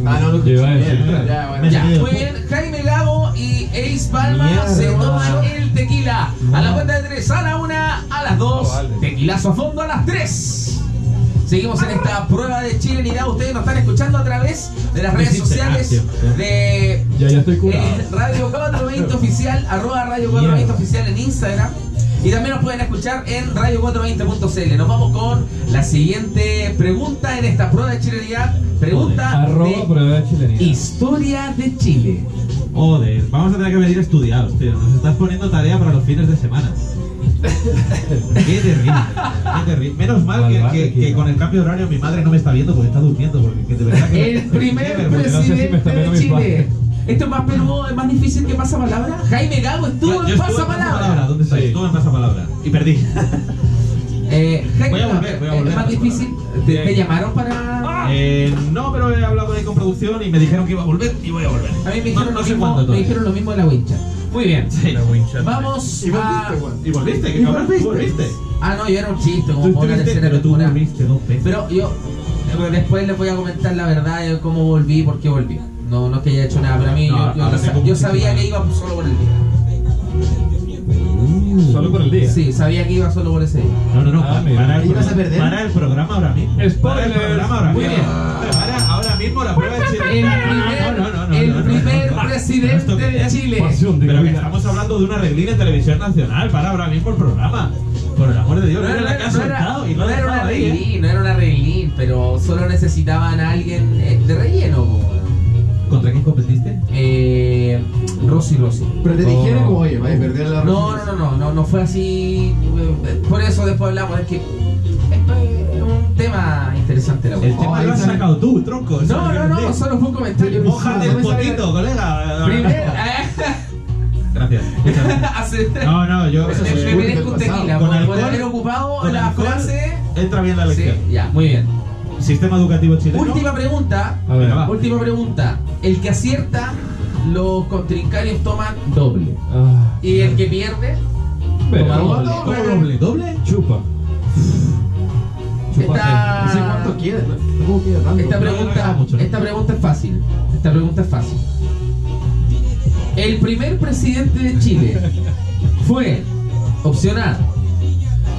[SPEAKER 4] Ah, no, no.
[SPEAKER 1] Yo iba a decir,
[SPEAKER 4] Ya,
[SPEAKER 1] claro.
[SPEAKER 4] ya, bueno.
[SPEAKER 3] Me-
[SPEAKER 2] Ya,
[SPEAKER 3] Miedo.
[SPEAKER 2] muy bien. Jaime Lago y Ace Palma
[SPEAKER 3] Mierda,
[SPEAKER 2] se
[SPEAKER 3] macho.
[SPEAKER 2] toman el tequila. A la cuenta de tres, a la una, a las dos.
[SPEAKER 1] No, vale.
[SPEAKER 2] Tequilazo a fondo a las tres. Seguimos en esta prueba de chilenidad. Ustedes nos están escuchando a través de las redes
[SPEAKER 3] Hiciste
[SPEAKER 2] sociales
[SPEAKER 3] gracia.
[SPEAKER 2] de
[SPEAKER 1] Ya, ya estoy curado.
[SPEAKER 2] eh, Radio 420 Oficial, arroba Radio 420 Oficial en Instagram. Y también nos pueden escuchar en radio420.cl. Nos vamos con la siguiente pregunta en esta prueba de chilenidad. Pregunta
[SPEAKER 1] Arroba
[SPEAKER 2] de
[SPEAKER 1] prueba chilenita.
[SPEAKER 2] Historia de Chile.
[SPEAKER 3] Joder, vamos a tener que venir estudiados, tío. Nos estás poniendo tarea para los fines de semana. qué terrible, qué terrible. Menos mal que,
[SPEAKER 1] Malvado,
[SPEAKER 3] que-
[SPEAKER 1] tío.
[SPEAKER 3] que con el cambio de horario mi madre no me está viendo porque está durmiendo. Porque que de verdad que
[SPEAKER 2] El primer
[SPEAKER 3] Qué vergüenza.
[SPEAKER 1] no sé si me
[SPEAKER 2] presidente
[SPEAKER 1] está viendo
[SPEAKER 2] de
[SPEAKER 1] mi
[SPEAKER 2] Chile.
[SPEAKER 1] padre.
[SPEAKER 2] Esto es más peludo, es más difícil que pasapalabra. Jaime Gago estuvo
[SPEAKER 3] Yo- yo
[SPEAKER 2] en
[SPEAKER 3] estuve en Pasapalabra,
[SPEAKER 2] pasapalabra.
[SPEAKER 3] ¿Dónde estáis?
[SPEAKER 1] Sí.
[SPEAKER 3] Estuve en pasapalabra. Y perdí.
[SPEAKER 2] Eh, Jaime
[SPEAKER 3] Voy a
[SPEAKER 2] Gago,
[SPEAKER 3] volver, voy a volver
[SPEAKER 2] Es
[SPEAKER 3] a
[SPEAKER 2] más
[SPEAKER 3] Pasapalabra.
[SPEAKER 2] difícil. ¿Te,
[SPEAKER 3] Bien.
[SPEAKER 2] te llamaron para.?
[SPEAKER 3] Eh, no, pero he hablado ahí con producción y me dijeron que iba a volver y voy a volver.
[SPEAKER 2] A mí me
[SPEAKER 3] no,
[SPEAKER 2] dijeron,
[SPEAKER 3] no
[SPEAKER 2] lo,
[SPEAKER 3] sé
[SPEAKER 2] mismo,
[SPEAKER 3] cuándo
[SPEAKER 2] me
[SPEAKER 3] todavía.
[SPEAKER 2] dijeron lo mismo de la wincha. Muy bien.
[SPEAKER 3] Sí.
[SPEAKER 2] Vamos
[SPEAKER 4] Y
[SPEAKER 2] a.
[SPEAKER 4] volviste, weón.
[SPEAKER 3] Y volviste, qué
[SPEAKER 4] Y
[SPEAKER 3] cabrón.
[SPEAKER 4] volviste.
[SPEAKER 3] Tú volviste.
[SPEAKER 2] Ah, no, yo era un chiste,
[SPEAKER 3] Tú
[SPEAKER 2] como por la
[SPEAKER 3] estuviste,
[SPEAKER 2] tercera
[SPEAKER 3] pero tú
[SPEAKER 2] temporada.
[SPEAKER 3] volviste dos veces.
[SPEAKER 2] Pero yo eh, después les voy a comentar la verdad de cómo volví y por qué volví. No, no es que haya hecho nada para mí, yo-
[SPEAKER 3] No,
[SPEAKER 2] yo,
[SPEAKER 3] ahora
[SPEAKER 2] yo
[SPEAKER 3] tengo
[SPEAKER 2] sabía
[SPEAKER 3] muchísima-
[SPEAKER 2] que iba solo por el día.
[SPEAKER 1] Solo por el día.
[SPEAKER 2] Sí, sabía que iba solo por ese día.
[SPEAKER 3] No, no, no.
[SPEAKER 1] Ah,
[SPEAKER 3] para,
[SPEAKER 1] mira.
[SPEAKER 3] para el
[SPEAKER 4] ¿Ibas
[SPEAKER 3] programa,
[SPEAKER 4] a perder?
[SPEAKER 3] para el programa ahora mismo. Para el
[SPEAKER 1] Spoilers.
[SPEAKER 3] programa ahora
[SPEAKER 2] Muy
[SPEAKER 3] mismo.
[SPEAKER 2] bien.
[SPEAKER 3] Para ahora mismo la prueba de Chile.
[SPEAKER 2] El
[SPEAKER 3] No, no, no, no, no,
[SPEAKER 2] primer,
[SPEAKER 3] no, no,
[SPEAKER 2] el
[SPEAKER 3] no,
[SPEAKER 2] primer
[SPEAKER 3] no, no.
[SPEAKER 2] presidente
[SPEAKER 3] Esto que
[SPEAKER 2] de
[SPEAKER 3] es,
[SPEAKER 2] Chile.
[SPEAKER 1] Pasión de
[SPEAKER 3] Pero que
[SPEAKER 1] Gabriel.
[SPEAKER 3] estamos hablando de una reglina en televisión nacional. Para ahora mismo el programa. Por el amor de Dios, mira la que has soltado y
[SPEAKER 2] no
[SPEAKER 3] lo has
[SPEAKER 2] era
[SPEAKER 3] dejado
[SPEAKER 2] una
[SPEAKER 3] ahí. ¿eh?
[SPEAKER 2] reglín, no era una reglín, pero solo necesitaban a alguien eh, de relleno. po.
[SPEAKER 3] ¿Contra quién competiste?
[SPEAKER 2] Eh, Rosy Rosy.
[SPEAKER 4] Pero te
[SPEAKER 1] Oh.
[SPEAKER 4] dijeron como, oye, vaya a perder la
[SPEAKER 2] No, no, no, no, no, no fue así. eh, Por eso después hablamos, es que eh, es un tema interesante la
[SPEAKER 3] El
[SPEAKER 2] wea.
[SPEAKER 3] tema
[SPEAKER 4] ahí
[SPEAKER 3] lo has
[SPEAKER 4] sale.
[SPEAKER 3] sacado tú, tronco.
[SPEAKER 2] Oh, No, no, no,
[SPEAKER 3] Sorprendente.
[SPEAKER 2] solo fue un comentario.
[SPEAKER 3] Mójate
[SPEAKER 4] no
[SPEAKER 3] un
[SPEAKER 4] me sale
[SPEAKER 3] poquito, colega.
[SPEAKER 2] Primero, ah.
[SPEAKER 3] Gracias. muchas gracias.
[SPEAKER 2] hace-
[SPEAKER 3] No, no, yo.
[SPEAKER 4] Eso
[SPEAKER 2] me
[SPEAKER 4] es
[SPEAKER 3] eh,
[SPEAKER 2] me merezco un
[SPEAKER 4] pasado.
[SPEAKER 2] tequila
[SPEAKER 3] Con
[SPEAKER 2] por, por
[SPEAKER 3] alcohol-
[SPEAKER 2] haber ocupado
[SPEAKER 3] con
[SPEAKER 2] la
[SPEAKER 3] alcohol
[SPEAKER 2] frase.
[SPEAKER 3] Entra bien la
[SPEAKER 2] Sí,
[SPEAKER 3] lección.
[SPEAKER 2] ya, muy bien.
[SPEAKER 3] Sistema educativo chileno.
[SPEAKER 2] Última pregunta.
[SPEAKER 1] A ver.
[SPEAKER 3] Venga, va.
[SPEAKER 2] Última pregunta. El que acierta, los contrincantes toman doble.
[SPEAKER 1] Ah,
[SPEAKER 2] Y el que pierde,
[SPEAKER 1] pero-
[SPEAKER 2] Toma
[SPEAKER 4] doble.
[SPEAKER 3] ¿Cómo doble? ¿Doble?
[SPEAKER 1] Chupa. Chupa.
[SPEAKER 2] Está-
[SPEAKER 4] No sé cuánto queda, no ¿Cómo queda tanto.
[SPEAKER 2] esta
[SPEAKER 3] no
[SPEAKER 2] pregunta,
[SPEAKER 3] hagas mucho, ¿no?
[SPEAKER 2] esta pregunta es fácil. Esta pregunta es fácil. El primer presidente de Chile fue opción A,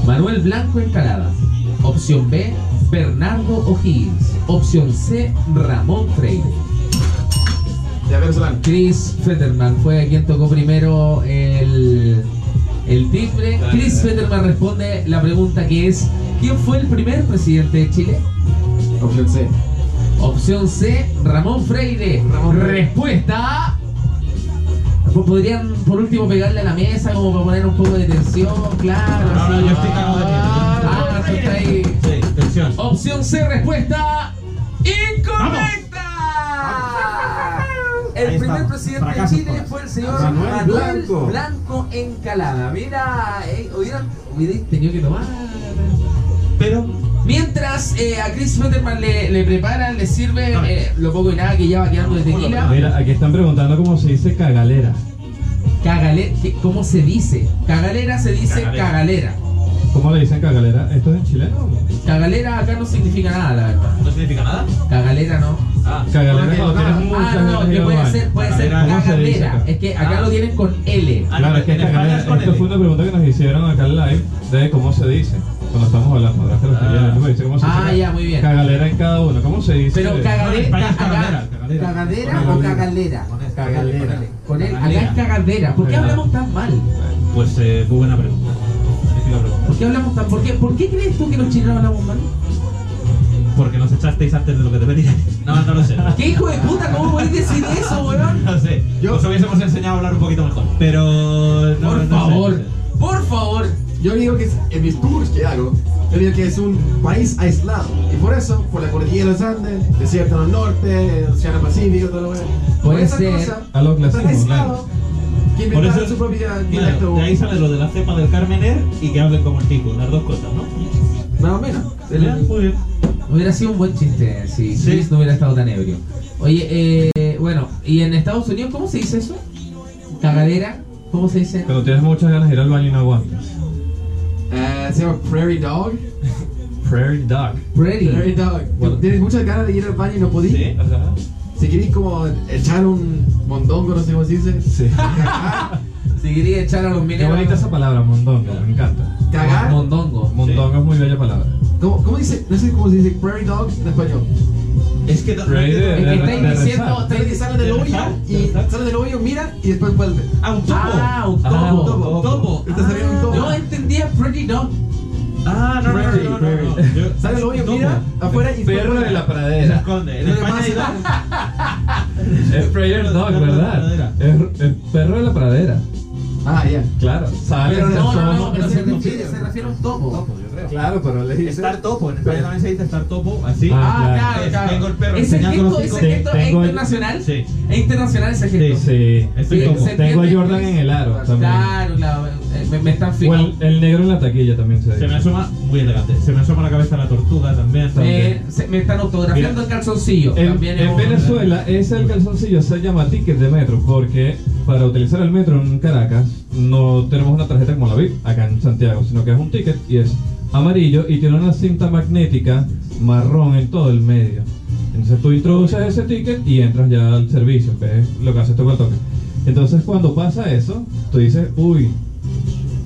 [SPEAKER 2] Manuel Blanco Encalada. Opción B, Bernardo O'Higgins. Opción C, Ramón Freire.
[SPEAKER 4] Ya, venezolano.
[SPEAKER 2] Chris Fetterman fue quien tocó primero el, el timbre.
[SPEAKER 3] Dale,
[SPEAKER 2] Chris
[SPEAKER 3] dale.
[SPEAKER 2] Fetterman responde la pregunta que es, ¿quién fue el primer presidente de Chile?
[SPEAKER 4] Opción C.
[SPEAKER 2] Opción C, Ramón Freire.
[SPEAKER 4] Ramón Freire.
[SPEAKER 2] Respuesta. Pues podrían por último pegarle a la mesa como para poner un poco de tensión, claro.
[SPEAKER 3] No, no,
[SPEAKER 2] sí.
[SPEAKER 3] yo estoy cagado de miedo.
[SPEAKER 2] Ah, tú estás ahí.
[SPEAKER 3] Sí, tensión.
[SPEAKER 2] Opción C, respuesta incorrecta.
[SPEAKER 3] Ahí
[SPEAKER 2] El primer
[SPEAKER 3] estamos.
[SPEAKER 2] presidente
[SPEAKER 3] Fracaso,
[SPEAKER 2] de Chile
[SPEAKER 3] fracaso.
[SPEAKER 2] fue el señor Manuel,
[SPEAKER 4] Manuel
[SPEAKER 2] Blanco.
[SPEAKER 4] Blanco.
[SPEAKER 2] Encalada. Mira, eh, hubieran, hubieran tenido que tomar.
[SPEAKER 3] Pero,
[SPEAKER 2] Mientras eh, a Chris Fetterman le, le preparan, le sirve
[SPEAKER 3] Dame.
[SPEAKER 2] eh, lo poco y nada que ya va quedando de
[SPEAKER 3] Hola,
[SPEAKER 2] tequila.
[SPEAKER 1] Mira, aquí están preguntando cómo se dice cagalera.
[SPEAKER 2] Cagalera. ¿Cómo se dice? Cagalera se dice
[SPEAKER 3] Cagalera.
[SPEAKER 2] cagalera.
[SPEAKER 1] ¿Cómo le dicen cagalera? ¿Esto es en chileno?
[SPEAKER 2] Cagalera acá no significa nada, la verdad.
[SPEAKER 3] ¿No significa nada?
[SPEAKER 2] Cagalera no.
[SPEAKER 3] Ah,
[SPEAKER 1] Cagalera
[SPEAKER 2] Porque-
[SPEAKER 1] es cuando tienes muchas
[SPEAKER 2] ah, no,
[SPEAKER 1] ganas de
[SPEAKER 2] que
[SPEAKER 1] ir al
[SPEAKER 2] puede
[SPEAKER 1] baño.
[SPEAKER 2] ser, puede ser
[SPEAKER 3] Cagalera,
[SPEAKER 1] ¿cómo se dice
[SPEAKER 2] cagalera.
[SPEAKER 1] acá?
[SPEAKER 2] Es que acá
[SPEAKER 3] Ah.
[SPEAKER 2] lo tienen con L.
[SPEAKER 3] Ah,
[SPEAKER 1] Claro, es que
[SPEAKER 3] en España
[SPEAKER 1] cagalera-
[SPEAKER 3] es con
[SPEAKER 1] esto
[SPEAKER 3] L.
[SPEAKER 1] fue una pregunta que nos hicieron acá en live de cómo se dice cuando estamos hablando. Ahora que lo estoy
[SPEAKER 3] Ah.
[SPEAKER 1] viendo, me dice cómo se dice.
[SPEAKER 2] Ah, ya, muy bien.
[SPEAKER 1] Cagalera en cada uno. ¿Cómo se dice?
[SPEAKER 2] Pero
[SPEAKER 3] No, en
[SPEAKER 2] cagadera,
[SPEAKER 3] España es
[SPEAKER 2] cagadera,
[SPEAKER 3] cagadera, cagadera.
[SPEAKER 2] cagadera o cagalera.
[SPEAKER 4] Con él,
[SPEAKER 2] Cagadera.
[SPEAKER 4] con él.
[SPEAKER 2] Con él, acá
[SPEAKER 3] Cagadera.
[SPEAKER 2] es cagadera. ¿Por qué
[SPEAKER 1] Verdad.
[SPEAKER 2] hablamos tan mal?
[SPEAKER 3] Pues eh, muy buena pregunta. Magnífica pregunta.
[SPEAKER 2] ¿Por qué hablamos tan por qué, por qué crees tú que los chilenos hablamos mal?
[SPEAKER 3] Porque nos echasteis antes de lo que debería. No, no lo sé.
[SPEAKER 2] ¿Qué hijo de puta? ¿Cómo podés decir eso, weón?
[SPEAKER 3] No sé.
[SPEAKER 4] Yo-
[SPEAKER 3] Os hubiésemos enseñado a hablar un poquito mejor. Pero. no,
[SPEAKER 2] Por
[SPEAKER 3] no sé,
[SPEAKER 2] favor,
[SPEAKER 3] no sé.
[SPEAKER 2] por favor.
[SPEAKER 4] Yo digo que es- en mis tours que hago, yo digo que es un país aislado. Y por eso, por la cordillera de los Andes, desierto en el norte, el océano Pacífico, todo lo demás. Por
[SPEAKER 2] Puede
[SPEAKER 4] esa
[SPEAKER 2] ser.
[SPEAKER 4] cosa,
[SPEAKER 1] A lo
[SPEAKER 4] tan
[SPEAKER 1] clásico,
[SPEAKER 4] aislado, que
[SPEAKER 3] Por
[SPEAKER 4] inventaron
[SPEAKER 3] eso
[SPEAKER 4] su propia
[SPEAKER 3] claro,
[SPEAKER 4] dialecto.
[SPEAKER 3] De ahí sale lo de la cepa del Carmener y que hablen como el tico. Las dos cosas, ¿no?
[SPEAKER 4] Más o menos.
[SPEAKER 3] Ya, Muy bien.
[SPEAKER 2] Hubiera sido un buen chiste si
[SPEAKER 3] Sí.
[SPEAKER 2] Chris no hubiera estado tan ebrio. Oye, eh, bueno, ¿y en Estados Unidos cómo se dice eso? ¿Cagadera? ¿Cómo se dice?
[SPEAKER 1] Cuando tienes muchas ganas de ir al baño y no aguantas.
[SPEAKER 4] Eh, se llama Prairie Dog.
[SPEAKER 1] Prairie dog.
[SPEAKER 4] Prairie
[SPEAKER 2] Pretty.
[SPEAKER 4] Dog.
[SPEAKER 1] Bueno.
[SPEAKER 4] Tienes muchas ganas de ir al baño y no podís.
[SPEAKER 3] Sí.
[SPEAKER 1] Ajá.
[SPEAKER 4] Si querés como echar un mondongo, no sé cómo se dice.
[SPEAKER 1] Sí.
[SPEAKER 4] Cagar,
[SPEAKER 2] Si quería echar a los
[SPEAKER 1] Qué
[SPEAKER 2] mineros.
[SPEAKER 1] bonita esa palabra, mondongo. Me encanta.
[SPEAKER 4] cagar.
[SPEAKER 2] Mondongo.
[SPEAKER 1] Mondongo es muy bella palabra.
[SPEAKER 4] ¿Cómo, cómo dice? No sé cómo se dice Prairie Dog en español.
[SPEAKER 3] Es que. no-
[SPEAKER 1] Raider.
[SPEAKER 2] Es
[SPEAKER 1] De-
[SPEAKER 2] que
[SPEAKER 1] de-
[SPEAKER 2] estáis
[SPEAKER 1] de
[SPEAKER 2] diciendo.
[SPEAKER 1] rezar.
[SPEAKER 2] estáis
[SPEAKER 4] Salen, salen
[SPEAKER 2] diciendo-
[SPEAKER 4] del hoyo y salen del hoyo, miran y después vuelven.
[SPEAKER 3] Ah, un topo.
[SPEAKER 2] Ah, un topo.
[SPEAKER 1] Ah, un
[SPEAKER 4] topo.
[SPEAKER 2] topo.
[SPEAKER 4] Está saliendo un topo.
[SPEAKER 2] Yo entendía Pretty Dog.
[SPEAKER 3] Ah, no, no, no, no, no, no.
[SPEAKER 4] Prairie.
[SPEAKER 3] Yo-
[SPEAKER 4] Salen del hoyo,
[SPEAKER 3] topo.
[SPEAKER 4] mira afuera y
[SPEAKER 1] Perro de la
[SPEAKER 3] Se
[SPEAKER 1] pradera.
[SPEAKER 3] esconde. En
[SPEAKER 4] Lo
[SPEAKER 3] España hay
[SPEAKER 4] demás-
[SPEAKER 3] dos.
[SPEAKER 1] Es Prayer Dog, ¿verdad? Es, es perro de la pradera.
[SPEAKER 4] Ah, ya.
[SPEAKER 1] Claro. Sale
[SPEAKER 2] Pero
[SPEAKER 1] el
[SPEAKER 2] no, no, no,
[SPEAKER 1] topo.
[SPEAKER 2] pero se
[SPEAKER 3] es un
[SPEAKER 2] refiere,
[SPEAKER 3] topo.
[SPEAKER 2] se refiere a un
[SPEAKER 4] Oh,
[SPEAKER 2] topo.
[SPEAKER 4] Claro, pero le dice.
[SPEAKER 3] Estar topo. En España también se dice estar topo. Así.
[SPEAKER 1] Ah.
[SPEAKER 2] Ah, claro,
[SPEAKER 3] claro.
[SPEAKER 2] claro.
[SPEAKER 3] Tengo el perro
[SPEAKER 2] Ese
[SPEAKER 3] enseñando
[SPEAKER 2] gesto,
[SPEAKER 3] los
[SPEAKER 2] ese
[SPEAKER 3] hijos.
[SPEAKER 2] gesto es
[SPEAKER 1] Tengo el-
[SPEAKER 2] internacional.
[SPEAKER 3] Sí.
[SPEAKER 2] Es internacional ese
[SPEAKER 1] Sí,
[SPEAKER 2] gesto.
[SPEAKER 1] sí.
[SPEAKER 3] Estoy
[SPEAKER 2] Sí,
[SPEAKER 3] topo.
[SPEAKER 1] Tengo
[SPEAKER 2] se
[SPEAKER 1] a
[SPEAKER 2] entiende, pues.
[SPEAKER 1] Jordan
[SPEAKER 2] Chris.
[SPEAKER 1] en el aro también.
[SPEAKER 2] Claro, claro. eh, Me, me están
[SPEAKER 1] O
[SPEAKER 2] fijando.
[SPEAKER 1] el, el negro en la taquilla también se
[SPEAKER 3] Se me
[SPEAKER 1] dice.
[SPEAKER 3] asoma, muy elegante, se me asoma la cabeza la tortuga también.
[SPEAKER 2] Me,
[SPEAKER 3] también.
[SPEAKER 2] se- me están autografiando
[SPEAKER 1] Mira.
[SPEAKER 2] el calzoncillo.
[SPEAKER 1] En,
[SPEAKER 2] También es
[SPEAKER 1] en
[SPEAKER 2] un-
[SPEAKER 1] Venezuela, ese calzoncillo se llama ticket de metro porque para utilizar el metro en Caracas no tenemos una tarjeta como la VIP acá en Santiago, sino que es un ticket y es amarillo y tiene una cinta magnética marrón en todo el medio. Entonces tú introduces ese ticket y entras ya al servicio, que es lo que hace toque al toque. Entonces cuando pasa eso, tú dices, uy,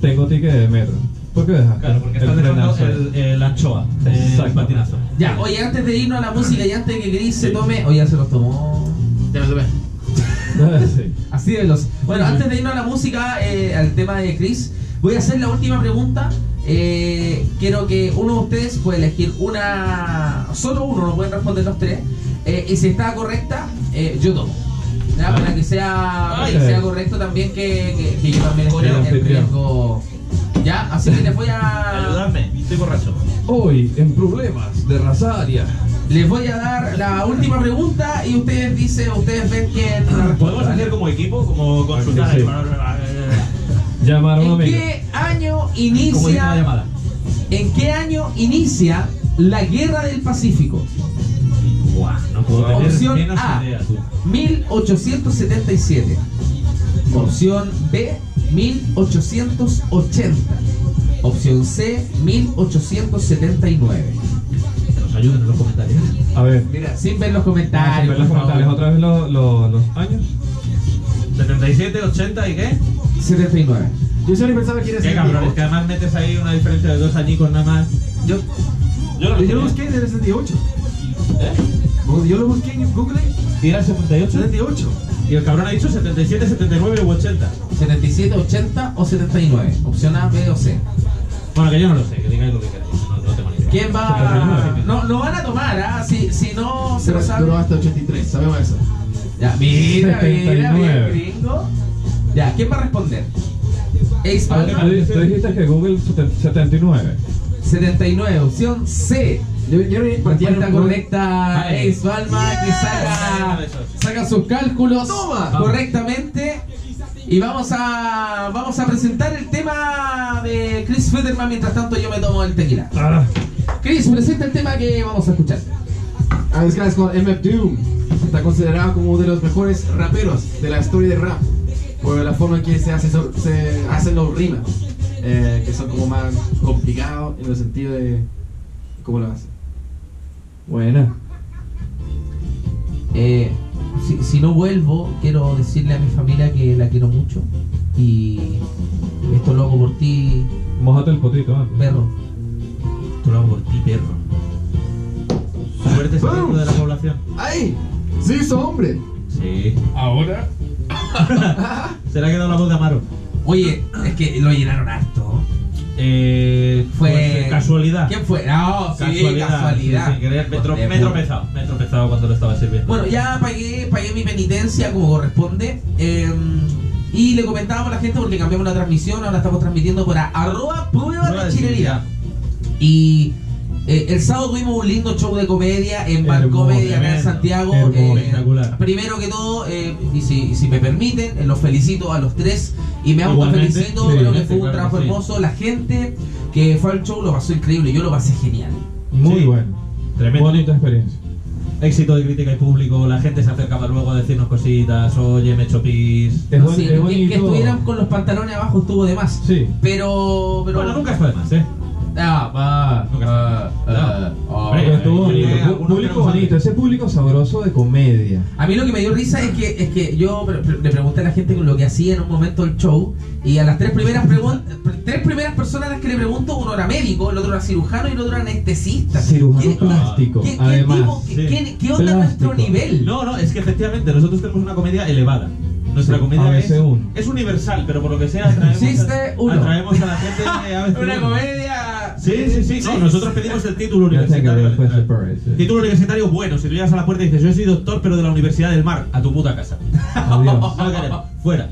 [SPEAKER 1] tengo ticket de metro. ¿Por qué dejas?
[SPEAKER 3] Claro, porque
[SPEAKER 1] el
[SPEAKER 3] está dejando
[SPEAKER 1] frenazo?
[SPEAKER 3] el, el anchoa, el
[SPEAKER 1] Exacto.
[SPEAKER 3] patinazo.
[SPEAKER 2] Ya, oye, antes de irnos a la música y antes de que Gris se tome. Oye, ya se los tomó.
[SPEAKER 4] Ya me tomé.
[SPEAKER 1] Sí.
[SPEAKER 2] Así de los. Bueno, antes de irnos a la música, eh, al tema de Chris, voy a hacer la última pregunta. Eh, quiero que uno de ustedes pueda elegir una. Solo uno, no pueden responder los tres. Eh, y si está correcta, eh, yo tomo. Ya,
[SPEAKER 3] Ah.
[SPEAKER 2] Para que sea, para que
[SPEAKER 1] Ay.
[SPEAKER 2] sea correcto también que, que- que yo también estoy
[SPEAKER 1] El
[SPEAKER 2] en
[SPEAKER 1] anfitrión.
[SPEAKER 2] riesgo. Ya, así que les voy a.
[SPEAKER 3] estoy borracho.
[SPEAKER 1] Hoy en problemas de razaria.
[SPEAKER 2] Les voy a dar la última pregunta y ustedes dicen, ustedes ven quién. la responde,
[SPEAKER 3] ¿Podemos
[SPEAKER 2] ¿vale?
[SPEAKER 3] hacer como equipo? Como consultar
[SPEAKER 1] Sí, sí.
[SPEAKER 3] ahí.
[SPEAKER 1] Llamaron a
[SPEAKER 2] ¿En
[SPEAKER 1] mí.
[SPEAKER 2] qué año
[SPEAKER 3] Como dice la
[SPEAKER 2] inicia
[SPEAKER 3] llamada.
[SPEAKER 2] ¿En qué año inicia la Guerra del Pacífico?
[SPEAKER 3] Buah, no puedo tener
[SPEAKER 2] Opción
[SPEAKER 3] menos
[SPEAKER 2] A,
[SPEAKER 3] idea, tú.
[SPEAKER 2] 1877. Opción B, 1880. Opción C, 1879.
[SPEAKER 3] Que nos ayuden en los comentarios.
[SPEAKER 1] A ver.
[SPEAKER 2] Mira, sin ver los
[SPEAKER 1] Vamos a
[SPEAKER 2] comentarios.
[SPEAKER 1] ver los
[SPEAKER 2] por favor.
[SPEAKER 1] comentarios otra vez lo- lo- los años.
[SPEAKER 3] 77, 80 y qué?
[SPEAKER 2] 79.
[SPEAKER 4] Yo siempre pensaba que era
[SPEAKER 3] Qué cabrones, que
[SPEAKER 4] 78.
[SPEAKER 3] además metes ahí una diferencia de dos añicos nada más.
[SPEAKER 4] Yo,
[SPEAKER 3] Yo no
[SPEAKER 4] yo lo
[SPEAKER 3] lo
[SPEAKER 4] busqué en el 78.
[SPEAKER 3] ¿Eh?
[SPEAKER 4] Yo lo busqué en Google
[SPEAKER 3] Y era el 78.
[SPEAKER 4] 78.
[SPEAKER 3] Y el cabrón ha dicho 77, 79 u 80.
[SPEAKER 2] 77, 80 o 79. Opción A, B o C.
[SPEAKER 3] Bueno, que yo no lo sé, que digáis lo que queráis. No, no tengo ni idea.
[SPEAKER 2] ¿Quién va?
[SPEAKER 1] 79.
[SPEAKER 2] No, no van a tomar, ¿ah? Si, si no se
[SPEAKER 4] Pero
[SPEAKER 2] lo saben.
[SPEAKER 4] duró hasta 83, sabemos eso.
[SPEAKER 2] Ya, mira, mira, mira,
[SPEAKER 1] 79.
[SPEAKER 2] gringo. Ya, ¿quién va a responder? Ace
[SPEAKER 3] A ver,
[SPEAKER 2] Palma,
[SPEAKER 1] Ah, Tú di- tú dijiste que Google 79.
[SPEAKER 2] 79, opción C.
[SPEAKER 4] Yo, yo no
[SPEAKER 2] Respuesta correcta,
[SPEAKER 3] Vale.
[SPEAKER 2] Ace Palma, que saca,
[SPEAKER 3] Dame esos.
[SPEAKER 2] saca sus cálculos
[SPEAKER 4] Toma.
[SPEAKER 2] Vamos. correctamente. Y vamos a, vamos a presentar el tema de Chris Federman mientras tanto yo me tomo el tequila.
[SPEAKER 1] Ah,
[SPEAKER 2] Chris, presenta el tema que vamos a escuchar.
[SPEAKER 4] A ah, es con MF Doom. Está considerado como uno de los mejores raperos de la historia de rap. por la forma en que se, hace, so- se hacen los rimas, eh, que son como más complicados en el sentido de cómo lo hacen.
[SPEAKER 1] Buena.
[SPEAKER 2] Eh, si, si no vuelvo, quiero decirle a mi familia que la quiero mucho. Y esto lo hago por ti,
[SPEAKER 1] Mójate el potito ah. antes.
[SPEAKER 2] perro. Esto lo hago por ti, perro.
[SPEAKER 3] Suerte saliendo de la población.
[SPEAKER 4] ¡Ay! ¡Se hizo hombre!
[SPEAKER 3] Sí.
[SPEAKER 1] Ahora.
[SPEAKER 3] Se le ha quedado la voz de Amaro.
[SPEAKER 2] Oye, es que lo llenaron harto.
[SPEAKER 3] Eh,
[SPEAKER 2] Fue-
[SPEAKER 3] pues, casualidad.
[SPEAKER 2] ¿Quién fue? No, sí,
[SPEAKER 3] casualidad.
[SPEAKER 2] casualidad.
[SPEAKER 3] sí, sin querer, me, tro-
[SPEAKER 2] Hijo de
[SPEAKER 3] me he
[SPEAKER 2] puta.
[SPEAKER 3] tropezado. Me he tropezado cuando lo estaba sirviendo.
[SPEAKER 2] Bueno, ya pagué, pagué mi penitencia como corresponde. eh, y le comentábamos a la gente porque cambiamos la transmisión. Ahora estamos transmitiendo por a- arroba prueba de
[SPEAKER 3] Prueba de
[SPEAKER 2] chilería. Y eh, el sábado tuvimos un lindo show de comedia en Bar
[SPEAKER 1] Hermoso,
[SPEAKER 2] Comedia acá en
[SPEAKER 3] tremendo,
[SPEAKER 2] Santiago.
[SPEAKER 1] hermoso,
[SPEAKER 2] eh,
[SPEAKER 3] espectacular.
[SPEAKER 2] primero que todo, eh, y si, y si me permiten, eh, los felicito a los tres. Y me
[SPEAKER 3] Igualmente,
[SPEAKER 2] autofelicito,
[SPEAKER 3] sí,
[SPEAKER 2] creo que
[SPEAKER 3] sí,
[SPEAKER 2] fue un
[SPEAKER 3] claro que
[SPEAKER 2] trabajo
[SPEAKER 3] sí.
[SPEAKER 2] hermoso. La gente que fue al show lo pasó increíble, yo lo pasé genial.
[SPEAKER 1] Muy
[SPEAKER 3] Sí.
[SPEAKER 1] bueno.
[SPEAKER 3] Tremendo.
[SPEAKER 1] Bonita experiencia.
[SPEAKER 3] Éxito de crítica y público. La gente se acercaba luego a decirnos cositas. Oye, me he hecho pis.
[SPEAKER 1] Es, buen-
[SPEAKER 2] Sí,
[SPEAKER 1] es
[SPEAKER 2] que- que,
[SPEAKER 1] bonito.
[SPEAKER 2] estuvieran con los pantalones abajo estuvo de más.
[SPEAKER 1] Sí.
[SPEAKER 2] Pero, pero.
[SPEAKER 3] Bueno, nunca está de más, ¿eh?
[SPEAKER 2] Ah, va,
[SPEAKER 3] Nunca
[SPEAKER 2] ah, ah, ah.
[SPEAKER 3] Hombre,
[SPEAKER 1] Pero estuvo
[SPEAKER 3] eh,
[SPEAKER 1] bonito.
[SPEAKER 3] eh,
[SPEAKER 1] Pu-
[SPEAKER 3] algunos
[SPEAKER 1] Público
[SPEAKER 3] tenemos
[SPEAKER 1] bonito. Ese público sabroso de comedia.
[SPEAKER 2] A mí lo que me dio risa es que, es que yo pre- pre- le pregunté a la gente lo que hacía en un momento del show y a las tres primeras pregun- pre- tres primeras personas a las que le pregunto, uno era médico, el otro era cirujano y el otro era anestesista.
[SPEAKER 1] Cirujano
[SPEAKER 2] ¿Qué-
[SPEAKER 1] plástico.
[SPEAKER 2] qué- qué
[SPEAKER 1] Además.
[SPEAKER 2] tipo- qué-
[SPEAKER 3] sí.
[SPEAKER 2] qué- qué onda
[SPEAKER 1] Plástico.
[SPEAKER 2] nuestro nivel?
[SPEAKER 3] No, no, es que efectivamente nosotros tenemos una comedia elevada. Nuestra
[SPEAKER 1] Sí,
[SPEAKER 3] comedia es,
[SPEAKER 1] ABC1.
[SPEAKER 3] es universal, pero por lo que sea atraemos,
[SPEAKER 2] Existe
[SPEAKER 3] a,
[SPEAKER 2] uno.
[SPEAKER 3] atraemos a la gente de ABC1.
[SPEAKER 2] Una comedia.
[SPEAKER 3] Sí, sí, sí. No, nosotros pedimos el título
[SPEAKER 1] Ya sé que
[SPEAKER 3] universitario.
[SPEAKER 1] después
[SPEAKER 3] al
[SPEAKER 1] se
[SPEAKER 3] entrar.
[SPEAKER 1] parece.
[SPEAKER 3] Título universitario bueno. Si tú llegas a la puerta y dices, yo soy doctor, pero de la Universidad del Mar, a tu puta casa.
[SPEAKER 1] Adiós.
[SPEAKER 3] No, Karen, Fuera.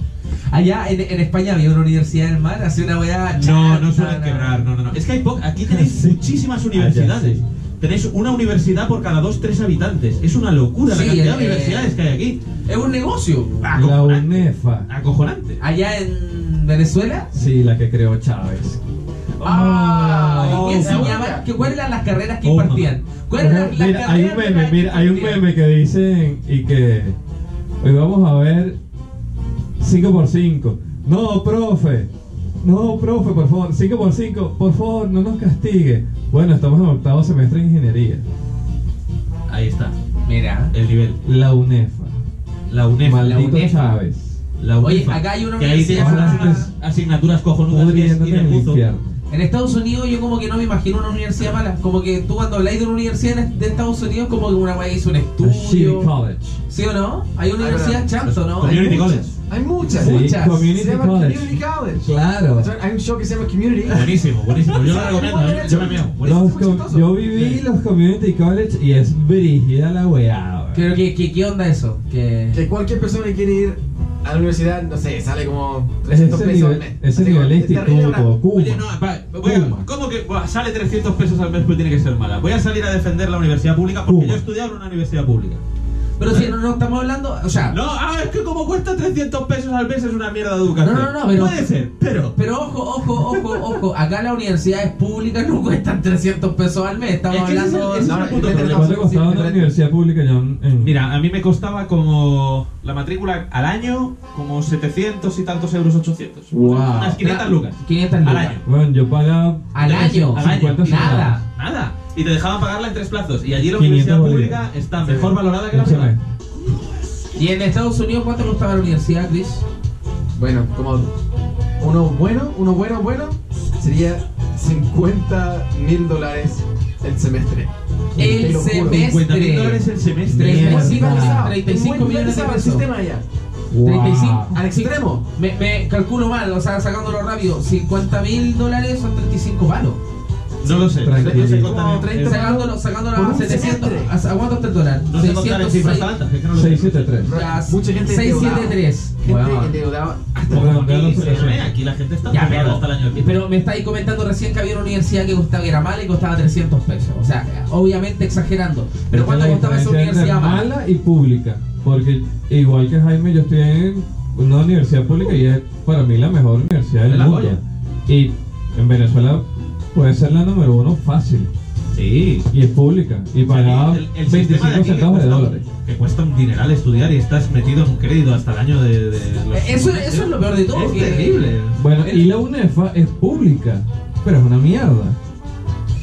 [SPEAKER 2] Allá en, en España había una universidad del mar, hacía una weá.
[SPEAKER 3] No, no suelen quebrar. No, no, no. Es que hay po- aquí tenéis muchísimas universidades.
[SPEAKER 1] sí.
[SPEAKER 3] Tenéis una universidad por cada dos, tres habitantes. Es una locura
[SPEAKER 2] Sí,
[SPEAKER 3] la cantidad de
[SPEAKER 2] eh,
[SPEAKER 3] universidades que hay aquí.
[SPEAKER 2] Es un negocio.
[SPEAKER 1] La
[SPEAKER 3] Acojonante.
[SPEAKER 1] UNEFA.
[SPEAKER 3] Acojonante.
[SPEAKER 2] Allá en Venezuela.
[SPEAKER 1] Sí, la que creó Chávez.
[SPEAKER 2] Ah,
[SPEAKER 3] Oh,
[SPEAKER 2] ¿y qué
[SPEAKER 3] oh,
[SPEAKER 2] enseñaban? ¿Qué- ¿Cuáles eran las carreras que
[SPEAKER 3] Oh,
[SPEAKER 2] impartían? ¿Cuáles eran las
[SPEAKER 1] Mira, hay un
[SPEAKER 2] carreras
[SPEAKER 1] meme,
[SPEAKER 2] que
[SPEAKER 1] mira, hay un
[SPEAKER 2] impartían?
[SPEAKER 1] meme que dicen y que hoy vamos a ver 5x5. No, profe. No, profe, por favor, 5x5, por favor, no nos castigue. Bueno, estamos en octavo semestre de ingeniería.
[SPEAKER 3] Ahí está.
[SPEAKER 2] Mira.
[SPEAKER 3] El nivel.
[SPEAKER 1] La UNEFA.
[SPEAKER 3] La UNEFA.
[SPEAKER 1] Maldito
[SPEAKER 2] UNEFA.
[SPEAKER 1] Chávez.
[SPEAKER 3] La
[SPEAKER 2] Oye,
[SPEAKER 3] UNEFA.
[SPEAKER 2] acá hay una
[SPEAKER 3] que ahí tienes
[SPEAKER 2] universidad-
[SPEAKER 3] unas asignaturas cojonudas que es ir
[SPEAKER 1] Pudriéndote
[SPEAKER 3] de
[SPEAKER 1] en el
[SPEAKER 3] buzo.
[SPEAKER 1] infierno.
[SPEAKER 2] En Estados Unidos yo como que no me imagino una universidad mala. Como que tú cuando habláis de una universidad en- de Estados Unidos como que una weá hizo
[SPEAKER 1] Ah,
[SPEAKER 2] un
[SPEAKER 1] City
[SPEAKER 2] estudio.
[SPEAKER 1] College.
[SPEAKER 2] ¿Sí o no? Hay
[SPEAKER 4] Ah,
[SPEAKER 2] una universidad
[SPEAKER 4] verdad.
[SPEAKER 2] chanto, ¿no?
[SPEAKER 3] Community
[SPEAKER 2] Hay muchas.
[SPEAKER 3] college.
[SPEAKER 4] Hay muchas.
[SPEAKER 1] Sí,
[SPEAKER 2] muchas.
[SPEAKER 1] Community
[SPEAKER 4] Se llama
[SPEAKER 1] College.
[SPEAKER 4] Community College.
[SPEAKER 1] Claro.
[SPEAKER 4] Hay un show que se llama Community.
[SPEAKER 3] Buenísimo, buenísimo. Yo lo recomiendo. ¿eh? Yo me meo. Buenísimo.
[SPEAKER 1] Los
[SPEAKER 4] muy
[SPEAKER 1] com-
[SPEAKER 4] chistoso.
[SPEAKER 1] yo viví los community college y es brígida la weá. weón.
[SPEAKER 2] Creo que, que- ¿qué onda eso? Que...
[SPEAKER 4] Que cualquier persona que quiere ir a la universidad, no sé, sale como
[SPEAKER 1] Ese
[SPEAKER 4] 300 pesos al mes.
[SPEAKER 1] nivel, ese
[SPEAKER 4] Así
[SPEAKER 1] nivel de
[SPEAKER 4] como, es terrible,
[SPEAKER 1] instituto,
[SPEAKER 4] ¿verdad?
[SPEAKER 1] Cuba.
[SPEAKER 3] Oye, no, pa- voy a-
[SPEAKER 1] Puma.
[SPEAKER 3] ¿cómo que buah, sale 300 pesos al mes? Pues tiene que ser mala. Voy a salir a defender la universidad pública porque
[SPEAKER 1] Puma.
[SPEAKER 3] yo he estudiado en una universidad pública.
[SPEAKER 2] Pero si no, no estamos hablando... O sea...
[SPEAKER 3] No, ah, es que como cuesta 300 pesos al mes es una mierda de educación.
[SPEAKER 2] No, no, no, pero-
[SPEAKER 3] Puede ser, pero.
[SPEAKER 2] Pero ojo, ojo, ojo, ojo, acá las universidades públicas no cuestan 300 pesos al mes, estamos
[SPEAKER 3] Es que ese es el-
[SPEAKER 2] hablando...
[SPEAKER 3] ese es
[SPEAKER 4] No,
[SPEAKER 3] el
[SPEAKER 4] no,
[SPEAKER 3] puto
[SPEAKER 4] yo me-
[SPEAKER 3] problema.
[SPEAKER 1] ¿Cuánto costaba una universidad pública, John? En-
[SPEAKER 3] Mira, a mí me costaba como la matrícula al año, como 700 y tantos euros, 800.
[SPEAKER 1] Wow.
[SPEAKER 3] Unas 500 lucas.
[SPEAKER 2] 500
[SPEAKER 3] Al
[SPEAKER 2] lucas.
[SPEAKER 3] año.
[SPEAKER 1] Bueno, yo pagaba.
[SPEAKER 3] Ah,
[SPEAKER 2] Al año.
[SPEAKER 3] Al año.
[SPEAKER 1] 50
[SPEAKER 2] Nada.
[SPEAKER 1] centavos.
[SPEAKER 3] Nada. Y te dejaban pagarla en tres plazos. Y allí la
[SPEAKER 1] 500
[SPEAKER 3] universidad
[SPEAKER 1] bolívares.
[SPEAKER 3] pública está mejor valorada que la
[SPEAKER 1] Escúchame,
[SPEAKER 3] privada.
[SPEAKER 2] ¿Y en Estados Unidos cuánto costaba la universidad, Chris?
[SPEAKER 4] Bueno, como uno bueno, uno bueno, bueno, sería 50 mil dólares el semestre.
[SPEAKER 1] Ah.
[SPEAKER 2] El
[SPEAKER 4] Te lo juro.
[SPEAKER 2] semestre.
[SPEAKER 3] 50.000 dólares el semestre.
[SPEAKER 1] Mierda.
[SPEAKER 4] Es muy
[SPEAKER 2] Mierda.
[SPEAKER 4] organizado,
[SPEAKER 2] 35
[SPEAKER 4] es muy
[SPEAKER 2] millones de
[SPEAKER 4] organizado el
[SPEAKER 2] pesos.
[SPEAKER 4] sistema allá.
[SPEAKER 1] wow.
[SPEAKER 2] 35.
[SPEAKER 4] Al extremo.
[SPEAKER 2] Me, me calculo mal, o sea, sacándolo rápido, 50 mil dólares son 35 palos.
[SPEAKER 3] No lo sé.
[SPEAKER 1] Tranquilo.
[SPEAKER 3] No sé
[SPEAKER 4] Como
[SPEAKER 3] contar en-
[SPEAKER 4] 30
[SPEAKER 2] Sacándolo, sacándolo
[SPEAKER 4] Por
[SPEAKER 2] a
[SPEAKER 4] un
[SPEAKER 2] 700.
[SPEAKER 4] semestre.
[SPEAKER 2] ¿A a cuánto está el dólar?
[SPEAKER 3] No sé contar en cifras tan altas. es que no lo sé.
[SPEAKER 1] 673.
[SPEAKER 2] Ya,
[SPEAKER 4] Mucha gente
[SPEAKER 2] 673.
[SPEAKER 4] Gente
[SPEAKER 2] Weón.
[SPEAKER 4] que te daba
[SPEAKER 3] Ah,
[SPEAKER 4] hasta
[SPEAKER 1] Bueno,
[SPEAKER 4] como
[SPEAKER 1] ya lo
[SPEAKER 3] Sí,
[SPEAKER 4] 15.
[SPEAKER 1] sé.
[SPEAKER 3] eh, Aquí la gente está
[SPEAKER 2] Ya,
[SPEAKER 3] pegada
[SPEAKER 2] pero,
[SPEAKER 3] hasta el año del
[SPEAKER 2] pero me estáis comentando recién que había una universidad que costaba que era mala y costaba 300 pesos. O sea, obviamente exagerando. Pero ¿cuánto
[SPEAKER 1] Esta es
[SPEAKER 2] costaba
[SPEAKER 1] la
[SPEAKER 2] esa
[SPEAKER 1] diferencia entre
[SPEAKER 2] universidad mala?
[SPEAKER 1] mala y pública? Porque igual que Jaime, yo estoy en una universidad pública y es para mí la mejor universidad del
[SPEAKER 3] La
[SPEAKER 1] mundo.
[SPEAKER 3] joya.
[SPEAKER 1] Y en Venezuela puede ser la número uno fácil.
[SPEAKER 3] Sí.
[SPEAKER 1] Y es pública. Y pagaba
[SPEAKER 3] El- el sistema de
[SPEAKER 1] 25
[SPEAKER 3] aquí que
[SPEAKER 1] centavos de
[SPEAKER 3] cuesta-
[SPEAKER 1] dólares.
[SPEAKER 3] Que cuesta un dineral estudiar y estás metido en un crédito hasta el año de. de los-
[SPEAKER 2] Eh, Eso, eso es lo peor de todo.
[SPEAKER 3] Es
[SPEAKER 2] que-
[SPEAKER 3] terrible.
[SPEAKER 1] Bueno, y la UNEFA es pública, pero es una mierda.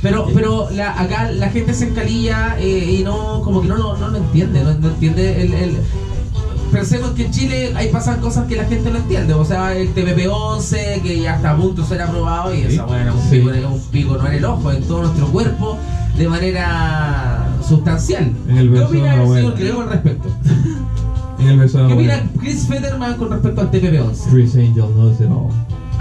[SPEAKER 2] Pero, pero la, acá la gente se encalilla eh, y no, como que no, lo- no lo entiende, no, no entiende el, el- Pensemos que en Chile ahí pasan cosas que la gente no entiende, o sea, el TPP-11, que ya está a punto de ser aprobado y esa bueno, un,
[SPEAKER 1] Sí.
[SPEAKER 2] pico, en- un pico no en el ojo, en todo nuestro cuerpo, de manera sustancial.
[SPEAKER 1] En el
[SPEAKER 2] ¿Qué
[SPEAKER 1] verso de
[SPEAKER 2] opina
[SPEAKER 1] la
[SPEAKER 2] el
[SPEAKER 1] abuela.
[SPEAKER 2] señor Creo al respecto?
[SPEAKER 1] En el beso de
[SPEAKER 2] ¿Qué
[SPEAKER 1] la
[SPEAKER 2] opina
[SPEAKER 1] abuela.
[SPEAKER 2] Chris Federman con respecto al TPP-11?
[SPEAKER 1] Chris Angel knows it all.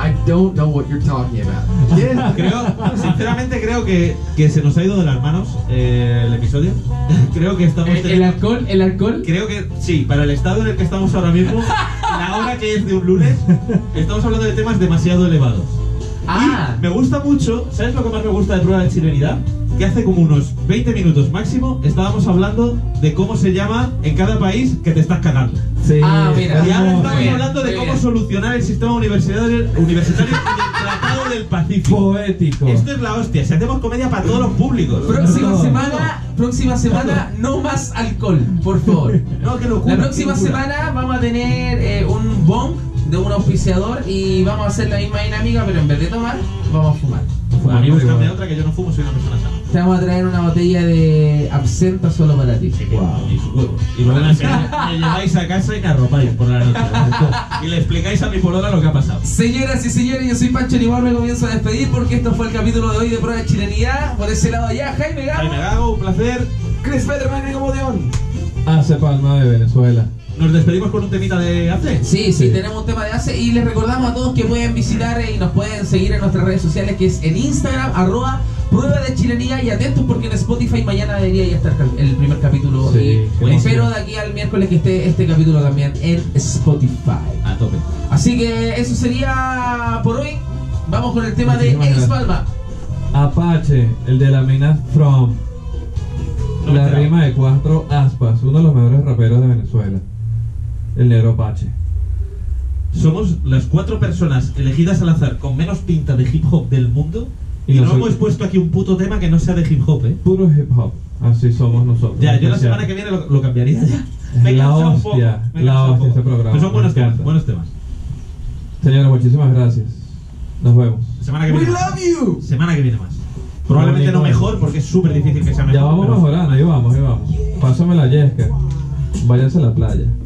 [SPEAKER 4] I don't know what you're talking about.
[SPEAKER 3] Creo- sinceramente creo que, que se nos ha ido de las manos eh, el episodio. Creo que estamos
[SPEAKER 2] El, el
[SPEAKER 3] teniendo-
[SPEAKER 2] alcohol, el alcohol.
[SPEAKER 3] Creo que sí, para el estado en el que estamos ahora mismo, la hora que es de un lunes, estamos hablando de temas demasiado elevados.
[SPEAKER 2] Ah,
[SPEAKER 3] Me gusta mucho, ¿sabes lo que más me gusta de Prueba de Chilenidad? Que hace como unos 20 minutos máximo estábamos hablando de cómo se llama en cada país que te estás cagando.
[SPEAKER 1] Sí.
[SPEAKER 2] Ah, mira.
[SPEAKER 3] Y ahora
[SPEAKER 1] Vamos,
[SPEAKER 3] estamos
[SPEAKER 2] bien,
[SPEAKER 3] hablando de
[SPEAKER 2] muy
[SPEAKER 3] cómo
[SPEAKER 2] bien.
[SPEAKER 3] solucionar el sistema universitario, universitario y el Tratado del Pacífico.
[SPEAKER 1] Poético.
[SPEAKER 3] Esto es la hostia, si hacemos comedia para todos los públicos.
[SPEAKER 2] Próxima
[SPEAKER 1] No.
[SPEAKER 2] semana, próxima semana, no más alcohol, por favor.
[SPEAKER 3] No, qué locura.
[SPEAKER 2] La próxima
[SPEAKER 3] qué locura.
[SPEAKER 2] semana vamos a tener eh, un bong de un auspiciador y vamos a hacer la misma dinámica, pero en vez de tomar, vamos a fumar.
[SPEAKER 3] A mí
[SPEAKER 1] Fumando
[SPEAKER 3] búscame
[SPEAKER 1] igual.
[SPEAKER 3] otra que yo no fumo, soy una persona sana.
[SPEAKER 2] Te vamos a traer una botella de absenta solo para ti.
[SPEAKER 3] Y sus huevos. Y luego me me lleváis a casa y me arropáis por la noche. Y le explicáis a mi polola lo que ha pasado.
[SPEAKER 2] Señoras y señores, yo soy Pancho Limón, me comienzo a despedir porque esto fue el capítulo de hoy de Prueba de Chilenidad. Por ese lado allá, Jaime
[SPEAKER 3] Jaime
[SPEAKER 2] Gama.
[SPEAKER 3] Gago, un placer.
[SPEAKER 4] Chris Federman, Nico Modeón.
[SPEAKER 1] Hace palma de Venezuela.
[SPEAKER 3] Nos despedimos con un temita de hace.
[SPEAKER 2] Sí, sí,
[SPEAKER 1] Sí.
[SPEAKER 2] tenemos un tema de hace y les recordamos a todos que pueden visitar eh, y nos pueden seguir en nuestras redes sociales que es en Instagram, arroba prueba de chilenía y atentos porque en Spotify mañana debería ya estar ca- el primer capítulo
[SPEAKER 1] Sí,
[SPEAKER 2] y
[SPEAKER 1] buenísimo.
[SPEAKER 2] espero de aquí al miércoles que esté este capítulo también en Spotify.
[SPEAKER 3] A tope.
[SPEAKER 2] Así que eso sería por hoy. Vamos con el tema de
[SPEAKER 1] Muchísimas
[SPEAKER 2] Ex
[SPEAKER 1] gracias.
[SPEAKER 2] Palma.
[SPEAKER 1] Apache, el de la mina From.
[SPEAKER 3] No me
[SPEAKER 1] la
[SPEAKER 3] esperaba.
[SPEAKER 1] rima de cuatro aspas, uno de los mejores raperos de Venezuela. El negro Apache.
[SPEAKER 3] Somos las cuatro personas elegidas al azar con menos pinta de hip hop del mundo.
[SPEAKER 1] Y
[SPEAKER 3] Y no
[SPEAKER 1] nosotros-
[SPEAKER 3] hemos puesto aquí un puto tema que no sea de hip hop, eh.
[SPEAKER 1] Puro hip hop. Así somos nosotros.
[SPEAKER 3] Ya, yo la
[SPEAKER 1] Especial.
[SPEAKER 3] semana que viene lo, lo cambiaría ya. he
[SPEAKER 1] La
[SPEAKER 3] cansado un
[SPEAKER 1] hostia,
[SPEAKER 3] poco, me he
[SPEAKER 1] la
[SPEAKER 3] cansado un
[SPEAKER 1] hostia
[SPEAKER 3] poco.
[SPEAKER 1] este programa,
[SPEAKER 3] Pero son
[SPEAKER 1] me
[SPEAKER 3] buenos temas,
[SPEAKER 1] encanta.
[SPEAKER 3] buenos temas.
[SPEAKER 1] Señores, muchísimas gracias. Nos vemos.
[SPEAKER 3] Semana que
[SPEAKER 4] We
[SPEAKER 3] viene.
[SPEAKER 4] love you.
[SPEAKER 3] más. Semana que viene más. Probablemente no
[SPEAKER 1] Bonito.
[SPEAKER 3] mejor porque es súper difícil que sea mejor.
[SPEAKER 1] Ya vamos
[SPEAKER 3] pero-
[SPEAKER 1] mejorando, ahí vamos, ahí vamos. Pásame la yesca. Váyanse a la playa.